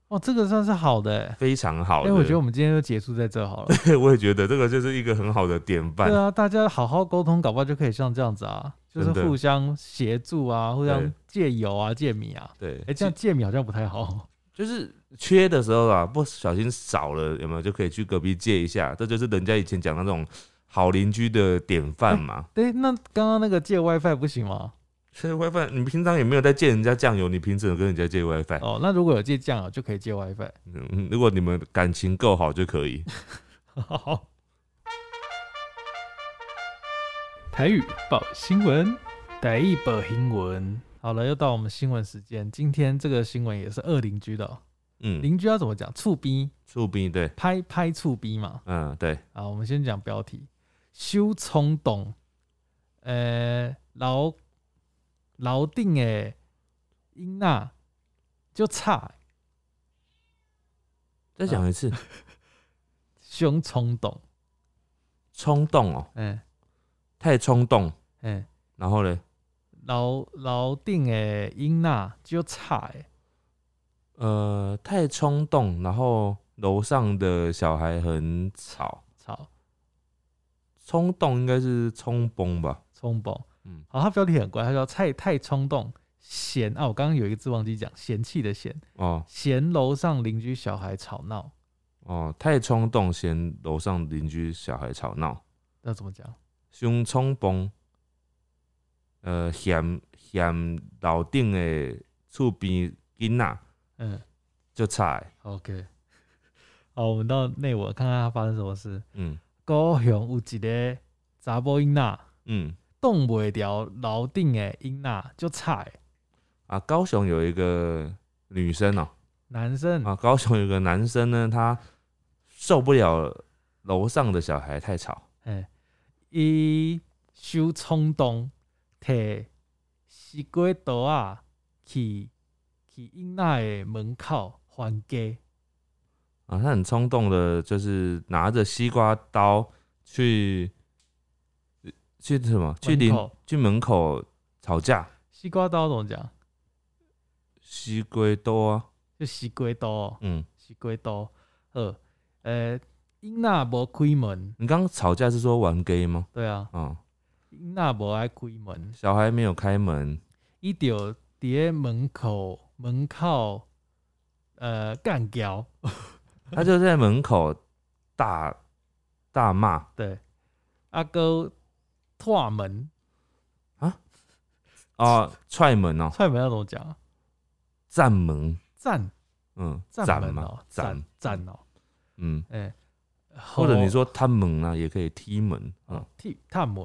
A: 哦，这个算是好的、欸。
B: 非常好
A: 哎、
B: 的。
A: 我 觉得我们今天就结束在这好了。
B: 得，我也觉得这个就是一个很好的典范
A: 对。啊，大家好好沟通，搞不好就可以像这样子啊，就是
B: 真的
A: 互相协助啊，互相
B: 对
A: 借油啊、借米啊。
B: 对，
A: 哎、这样借米好像不太好。
B: 就是缺的时候啊，不小心少了有没有就可以去隔壁借一下，这就是人家以前讲的那种好邻居的典范嘛。
A: 对，那刚刚那个借 WiFi 不行吗？
B: 所以 WiFi，你平常也没有在借人家酱油，你凭什么跟人家借
D: 哎
B: WiFi？
A: 哦，那如果有借酱油就可以 借 WiFi。
B: 嗯，如果你们感情够好就可以。
A: 好，
D: 台语报新闻，台语报新闻，
A: 好了，又到我们新闻时间。今天这个新闻也是二邻居的、哦，
B: 嗯，
A: 邻居要怎么讲？醋逼
B: 醋兵对，
A: 拍拍醋逼嘛。
B: 嗯对，
A: 啊，我们先讲标题：修冲动，呃，老老定诶，英娜就差
B: 再讲一次，
A: 凶冲动，
B: 冲动哦，
A: 嗯
B: 太冲动，
A: 嗯，
B: 然后嘞，
A: 老老定诶，英娜就差诶，
B: 呃，太冲动，然后楼上的小孩很吵，
A: 操，
B: 冲动应该是冲崩吧？
A: 冲动。
B: 嗯，
A: 好，它标题很怪，它叫太太冲动。嫌啊，我刚刚有一个字忘记讲，嫌弃的嫌，
B: 哦
A: 嫌楼上邻居小孩吵闹，
B: 哦，太冲动嫌楼上邻居小孩吵闹，
A: 那怎么讲？
B: 凶冲崩，呃，嫌嫌楼顶的厝边囡仔
A: 嗯
B: 就吵的，
A: ，OK，好，我们到内文看看它发生什么事。
B: 嗯
A: 高雄有一个查某囡仔，
B: 嗯。
A: 冻袂牢楼顶的囡仔就菜
B: 啊，高雄有一个女生哦、
A: 男生，
B: 啊，高雄有个男生呢，他受不了楼上的小孩太吵，
A: 哎、伊受冲动，摕西瓜刀啊去去囡仔的门口还家，
B: 啊，他很冲动的，就是拿着西瓜刀去去什么去
A: 门
B: 邻
A: 口
B: 去门口吵架，
A: 西瓜刀怎么讲？
B: 西瓜刀啊，
A: 就西瓜刀、哦，
B: 嗯，
A: 西瓜刀，呃，呃，囡仔无开门，
B: 你刚刚吵架是说玩 gay 吗？
A: 对啊，
B: 啊、
A: 囡仔无爱开门。
B: 小孩没有开门，
A: 伊就伫咧门口门口呃干胶，
B: 他就在门口大大骂，
A: 对，啊哥踹门，
B: 啊，踹门哦，
A: 踹门要怎么讲啊？
B: 站门，
A: 站
B: 嗯，
A: 站门
B: 嘛，
A: 哦，
B: 站
A: 站站哦，
B: 嗯，
A: 哎，
B: 或者你说探门啊，也可以踢门啊、
A: 踢踏门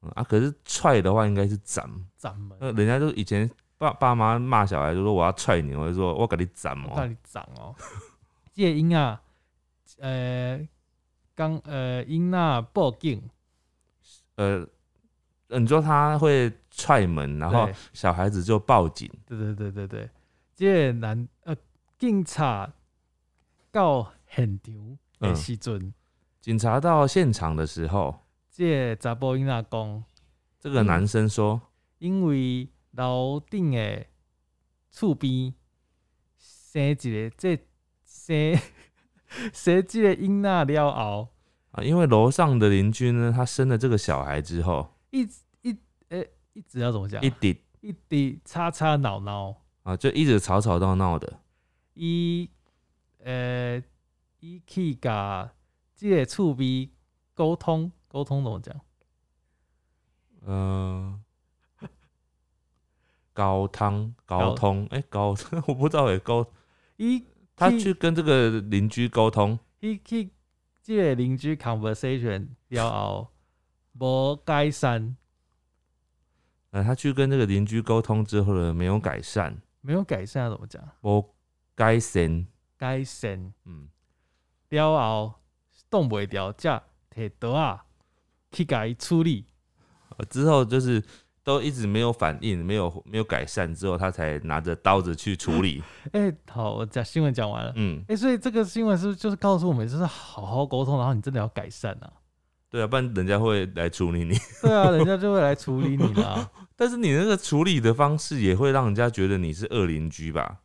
B: 嗯啊。可是踹的话应该是斩，
A: 站门，
B: 那人家就以前爸爸妈骂小孩就说我要踹你，我就说我给你斩
A: 我
B: 哦
A: 看。你站哦， 这个囡啊，呃，刚呃囡仔报警，
B: 呃，呃你说他会踹门，然后
A: 对
B: 小孩子就报警，
A: 对对对对对，这个男呃警察到现场的
B: 嗯
A: 时阵。
B: 警察到现场的时候，
A: 这个查甫囡仔讲，嗯
B: 这个男生说
A: 因为楼顶的厝边生一个这生 生这个囡仔了后，
B: 啊，因为楼上的邻居呢，他生了这个小孩之后，
A: 一直一诶、一直要怎么讲啊？
B: 一滴
A: 一直吵吵闹闹，
B: 啊，就一直吵吵闹闹的，
A: 伊呃伊去甲这个厝边沟通沟通怎么讲？
B: 嗯，高汤高通，哎、高，我不知道哎、高，
A: 伊
B: 他去跟这个邻居沟通，
A: 伊去即个邻居 conversation 了后，无改善，
B: 呃，他去跟这个邻居沟通之后呢，没有改善，
A: 没有改善要怎么讲？
B: 我改善，
A: 改善
B: 嗯，
A: 了后，挡袂牢，才摕刀啊去甲伊处理。
B: 呃之后就是都一直没有反应，没有没有改善之后，他才拿着刀子去处理，
A: 诶，哎好，我讲新闻讲完了。诶，哎
B: 嗯，
A: 所以这个新闻是不是就是告诉我们，就是好好沟通，然后你真的要改善 啊？
B: 对啊，不然人家会来处理你，
A: 对啊，人家就会来处理你啦。
B: 但是你那个处理的方式也会让人家觉得你是恶邻居吧，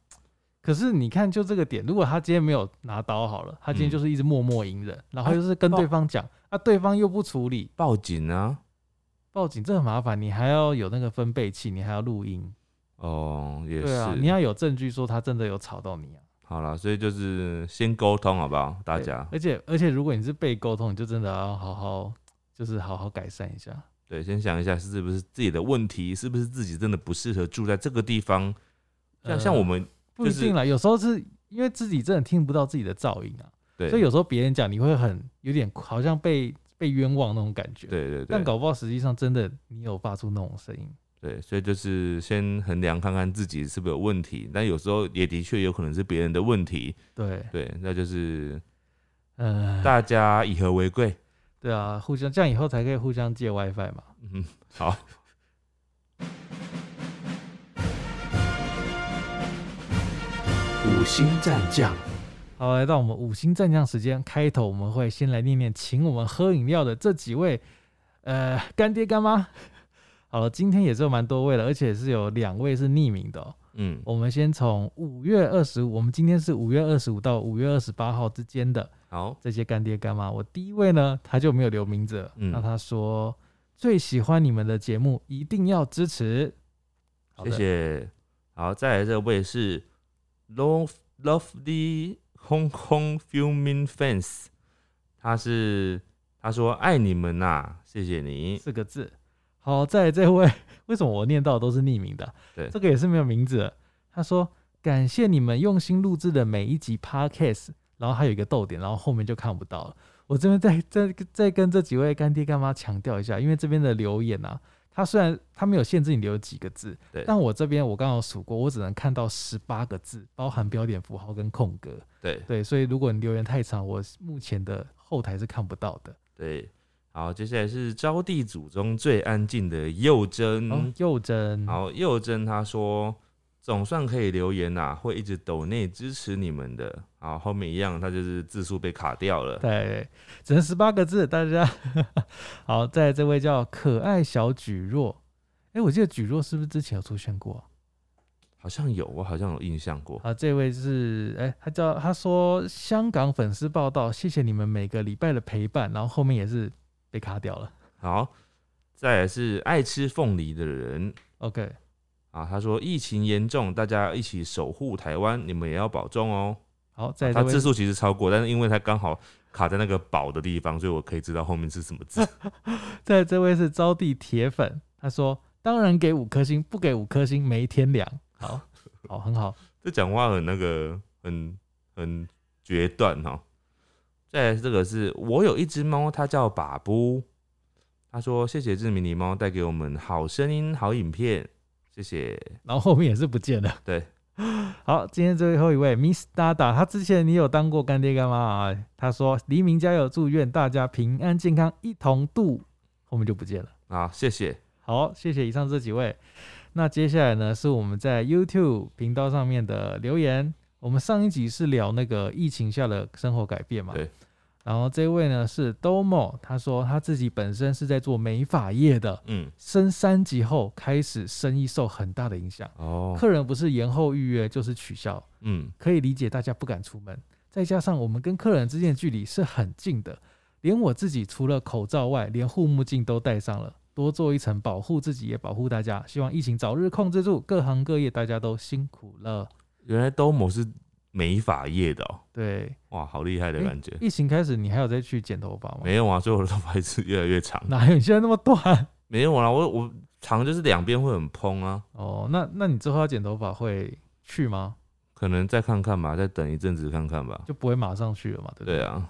A: 可是你看，就这个点，如果他今天没有拿刀好了，他今天
B: 嗯
A: 就是一直默默隐忍，然后
B: 啊
A: 就是跟
B: 报
A: 对方讲，啊，对方又不处理，
B: 报警啊，
A: 报警这很麻烦，你还要有那个分贝器，你还要录音，
B: 哦，也是，
A: 对啊，你要有证据说他真的有吵到你啊。
B: 好了，所以就是先沟通好不好？大
A: 对
B: 家
A: 而且而且，如果你是被沟通，你就真的要好好，就是好好改善一下。
B: 对，先想一下是不是自己的问题，是不是自己真的不适合住在这个地方？像像
A: 呃
B: 我们
A: 不一
B: 就是
A: 定啦，有时候是因为自己真的听不到自己的噪音啊，
B: 对，
A: 所以有时候别人讲你会很有点好像被被冤枉那种感觉。，
B: 对对
A: 但
B: 对
A: 搞不好实际上真的你有发出那种声音。
B: 对，所以就是先衡量看看自己是不是有问题，但有时候也的确有可能是别人的问题。
A: 对，
B: 对，那就是
A: 嗯、
B: 大家以和为贵。
A: 对啊，互相这样以后才可以互相借 WiFi 嘛。
B: 嗯， 好。
C: 五星战将，
A: 好，来到我们五星战将时间，开头我们会先来念念请我们喝饮料的这几位，呃，干爹干妈。 好了，今天也是有蛮多位了，而且是有两位是匿名的、哦。
B: 嗯，
A: 我们先从五月二十五，我们今天是五月二十五到五月二十八号之间的
B: 好，
A: 这些干爹干妈。我第一位呢，他就没有留名字了，
B: 嗯
A: 那他说最喜欢你们的节目，一定要支持。好
B: 谢
A: 的，
B: 谢。好，再来这位是 Love Lovely Hong Kong Filming Fans，他是他说爱你们呐、谢谢你。
A: 四个字。好，再来这位， 为什么我念到的都是匿名的啊？
B: 对
A: 这个也是没有名字的。他说感谢你们用心录制的每一集 podcast，然后还有一个逗点，然后后面就看不到了。我这边再再再跟这几位干爹干妈强调一下，因为这边的留言啊，他虽然他没有限制你留几个字
B: 对，
A: 但我这边我刚刚有数过，我只能看到十八个字，包含标点符号跟空格。
B: 对
A: 对，所以如果你留言太长，我目前的后台是看不到的。
B: 对，好，接下来是招娣组中最安静的佑真。
A: 哦，佑真，
B: 好，佑真他说总算可以留言啦、会一直抖内支持你们的。好，后面一样，他就是字数被卡掉了。
A: 对，只能十八个字，大家 好。在这位叫可爱小举若，哎、我记得举若是不是之前有出现过啊？
B: 好像有，我好像有印象过。
A: 好，这位是哎、他叫他说香港粉丝报道，谢谢你们每个礼拜的陪伴，然后后面也是被卡掉了。
B: 好，再来是爱吃凤梨的人
A: OK，
B: 啊，他说疫情严重，大家一起守护台湾，你们也要保重哦。
A: 好，在这
B: 他
A: 位
B: 字数其实超过，但是因为他刚好卡在那个“保”的地方，所以我可以知道后面是什么 字。
A: 在这位是招娣铁粉，他说当然给五颗星，不给五颗星没天良。好，好，很好。
B: 这讲话很那个，很很决断哦。再来这个是我有一只猫，它叫把布。他说：“谢谢志明狸猫带给我们好声音、好影片，谢谢。
A: 然后后面也是不见了。
B: 对，
A: 好，今天最后一位 Miss Dada，他之前你有当过干爹干妈啊？他说黎明加油，祝愿大家平安健康，一同度。后面就不见了。
B: 啊，谢谢。
A: 好，谢谢以上这几位。那接下来呢，是我们在 YouTube 频道上面的留言。我们上一集是聊那个疫情下的生活改变嘛？
B: 对。
A: 然后这位呢是 Domo，他说他自己本身是在做美发业的，
B: 嗯，
A: 升三级后开始生意受很大的影响。
B: 哦，
A: 客人不是延后预约就是取消，
B: 嗯，
A: 可以理解大家不敢出门。再加上我们跟客人之间的距离是很近的，连我自己除了口罩外，连护目镜都戴上了，多做一层保护自己也保护大家。希望疫情早日控制住，各行各业大家都辛苦了。
B: 原来都某是美发业的、哦，
A: 对，
B: 哇，好厉害的
A: 诶
B: 感觉。
A: 疫情开始你还有再去剪头发吗？
B: 没有啊，所以我的头发一直越来越长。
A: 哪有你现在那么短？
B: 没有啊，我我长就是两边会很蓬啊，
A: 哦，那那你之后要剪头发会去吗？
B: 可能再看看吧，再等一阵子看看吧。
A: 就不会马上去了嘛，对不对？
B: 对啊，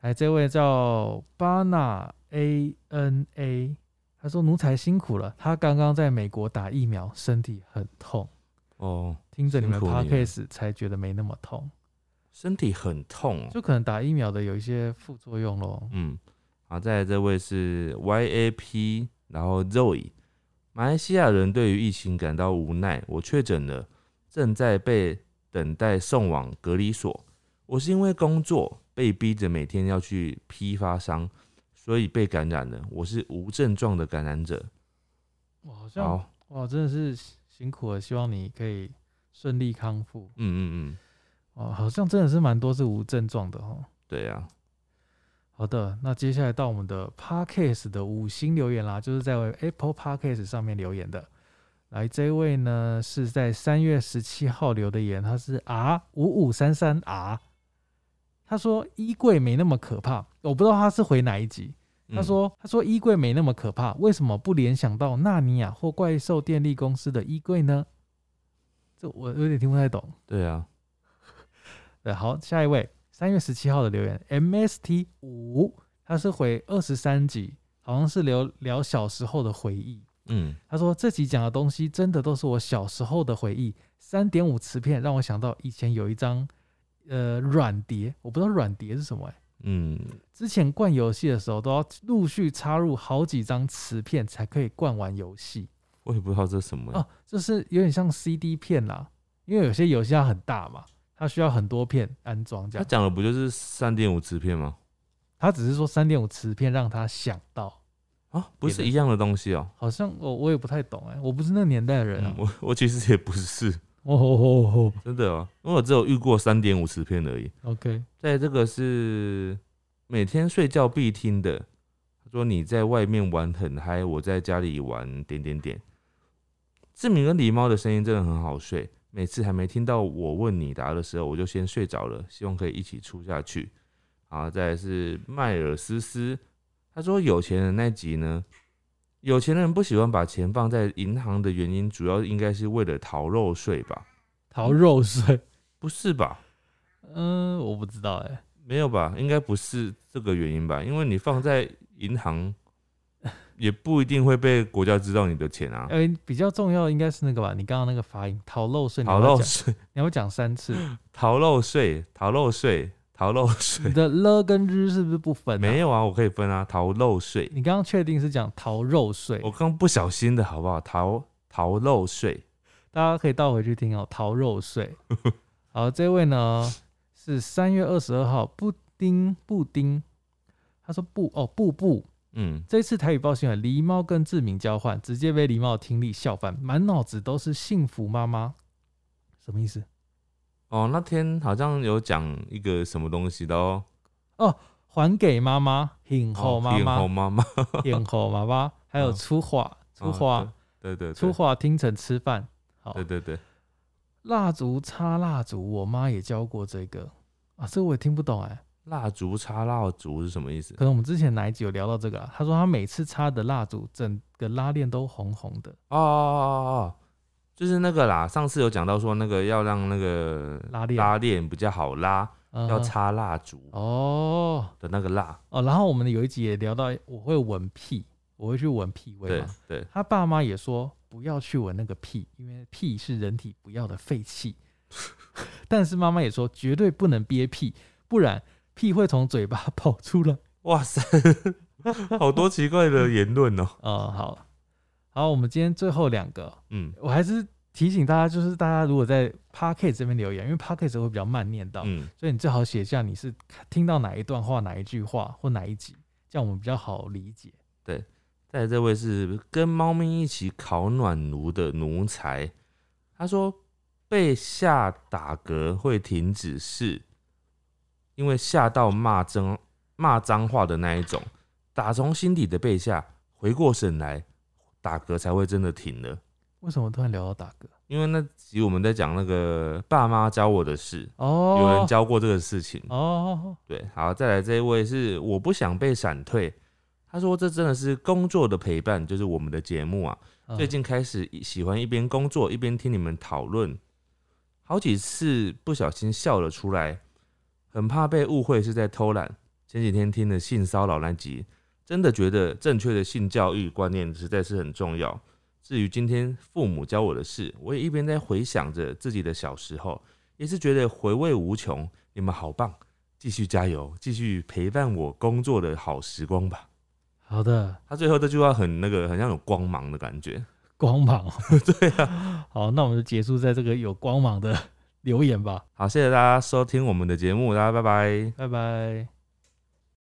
A: 哎，这位叫巴纳 A N A，他说奴才辛苦了，他刚刚在美国打疫苗，身体很痛，
B: 哦，
A: 听着你们
B: 辛苦你了
A: podcast 才觉得没那么痛，
B: 身体很痛、哦。
A: 就可能打疫苗的有一些副作用咯。
B: 嗯，好，再来这位是 YAP，然后 Zoe，马来西亚人对于疫情感到无奈，我确诊了，正在被等待送往隔离所。我是因为工作被逼着每天要去批发商，所以被感染了。我是无症状的感染者。
A: 哇，好像
B: 好，
A: 哇，真的是辛苦了，希望你可以顺利康复。
B: 嗯嗯嗯，
A: 哦，好像真的是蛮多是无症状的哦。
B: 对啊，
A: 好的，那接下来到我们的 Podcast 的五星留言啦，就是在 Apple Podcast 上面留言的。来，这位呢是在三月十七号留的言，他是 R 五五三三 R，他说衣柜没那么可怕，我不知道他是回哪一集。他
B: 嗯
A: 说：“他说衣柜没那么可怕，为什么不联想到纳尼亚或怪兽电力公司的衣柜呢？”这我有点听不太懂。
B: 对啊，
A: 对，好，下一位，三月十七号的留言，MST 五，他是回二十三集，好像是聊聊小时候的回忆。
B: 嗯，
A: 他说这集讲的东西真的都是我小时候的回忆。三点五磁片让我想到以前有一张呃软碟，我不知道软碟是什么、欸，
B: 嗯，
A: 之前灌游戏的时候，都要陆续插入好几张磁片才可以灌完游戏
B: 我也不知道这是什么、
A: 哦，就是有点像 CD 片啦，因为有些游戏它很大嘛，它需要很多片安装这
B: 他
A: 样。
B: 讲的不就是三点五磁片吗？
A: 它只是说三点五磁片让他想到，
B: 啊，不是一样的东西哦、
A: 好像我、我也不太懂哎、我不是那年代的人啊
B: 嗯。我我其实也不是
A: 哦吼吼吼
B: 真的哦、因为我只有遇过三点五磁片而已。
A: ，OK，
B: 在这个是每天睡觉必听的。他说你在外面玩很嗨，我在家里玩点点点。志明跟狸猫的声音真的很好睡，每次还没听到我问你答的时候，我就先睡着了。希望可以一起出下去。好，再来是迈尔斯斯，他说有钱人那集呢，有钱人不喜欢把钱放在银行的原因，主要应该是为了逃漏税吧？
A: 逃肉水，
B: 不是吧？
A: 嗯、我不知道哎、
B: 没有吧？应该不是这个原因吧？因为你放在 银行，也不一定会被国家知道你的钱啊。
A: 哎、比较重要的应该是那个吧，你刚刚那个发音，逃漏税，你
B: 逃
A: 要不要
B: 漏
A: 讲
B: 税，
A: 你要不要讲三 次，
B: 逃漏税，逃漏税，逃漏
A: 你
B: 税，
A: 的了跟日是不是不分、啊？
B: 没有啊，我可以分啊，逃漏税，
A: 你刚刚确定是讲逃肉税，
B: 我刚不小心的好不好？逃逃漏税，
A: 大家可以倒回去听哦，逃肉 税。好，这位呢是三月二十二号布丁布丁，他说布哦布布，
B: 嗯，
A: 这次台语报新闻，狸猫跟志明交换，直接被狸猫的听力笑翻，满脑子都是幸福妈妈，什么意思？
B: 哦，那天好像有讲一个什么东西的哦，
A: 还给妈妈，引后妈妈，
B: 哦妈妈，
A: 引后妈妈，还有
B: 嗯
A: 粗话粗
B: 哦
A: 话，
B: 对对对，
A: 粗话听成吃饭。好
B: 对，对对，
A: 蜡烛插蜡烛，我妈也教过这个啊，这个我也听不懂哎、
B: 蜡烛插蜡烛是什么意思
A: 可？能我们之前哪一集有聊到这个啊？他说他每次插的蜡烛，整个拉链都红红的，
B: 哦哦哦哦哦，就是那个啦，上次有讲到说那个要让那个
A: 拉链
B: 拉链比较好拉，
A: 嗯
B: 要插蜡烛
A: 哦
B: 的那个蜡，
A: 哦。然后我们有一集也聊到，我会闻屁，我哦会去闻屁味
B: 对
A: 嘛。
B: 对，
A: 他爸妈也说不要去闻那个屁，因为屁是人体不要的废气。 但是妈妈也说绝对不能憋屁，不然屁会从嘴巴 跑出来。
B: 哇塞， 好多奇怪的言论哦、
A: 哦、好，好，我们今天最后两个，
B: 嗯
A: 我还是提醒大家，就是大家如果在 p a c k e t 这边留言，因为 p a c k e t 会比较慢念到，
B: 嗯，
A: 所以你最好写下你是听到哪一段话、哪一句话或哪一集，这样我们比较好理解。
B: 再来这位是跟猫咪一起烤暖炉的奴才，他说被吓打嗝会停止是，因为吓到骂脏骂脏话的那一种，打从心底的被吓，回过神来打嗝才会真的停了。
A: 为什么突然聊到打嗝？
B: 因为那集我们在讲那个爸妈教我的事，
A: 哦，
B: 有人教过这个事情，
A: 哦，
B: 对，好，再来这一位是我不想被闪退，他说这真的是工作的陪伴，就是我们的节目啊。
A: 嗯
B: 最近开始一喜欢一边工作一边听你们讨论，好几次不小心笑了出来，很怕被误会是在偷懒。前几天听了性骚扰那集，真的觉得正确的性教育观念实在是很重要。至于今天父母教我的事，我也一边在回想着自己的小时候，也是觉得回味无穷。你们好棒，继续加油，继续陪伴我工作的好时光吧。
A: 好的，
B: 他最后这句话很那个，很像有光芒的感觉。
A: 光芒。 对啊， 好，那我们就结束在这个有光芒的留言吧，
B: 好，谢谢大家收听我们的节目，大家拜拜。
A: 拜拜。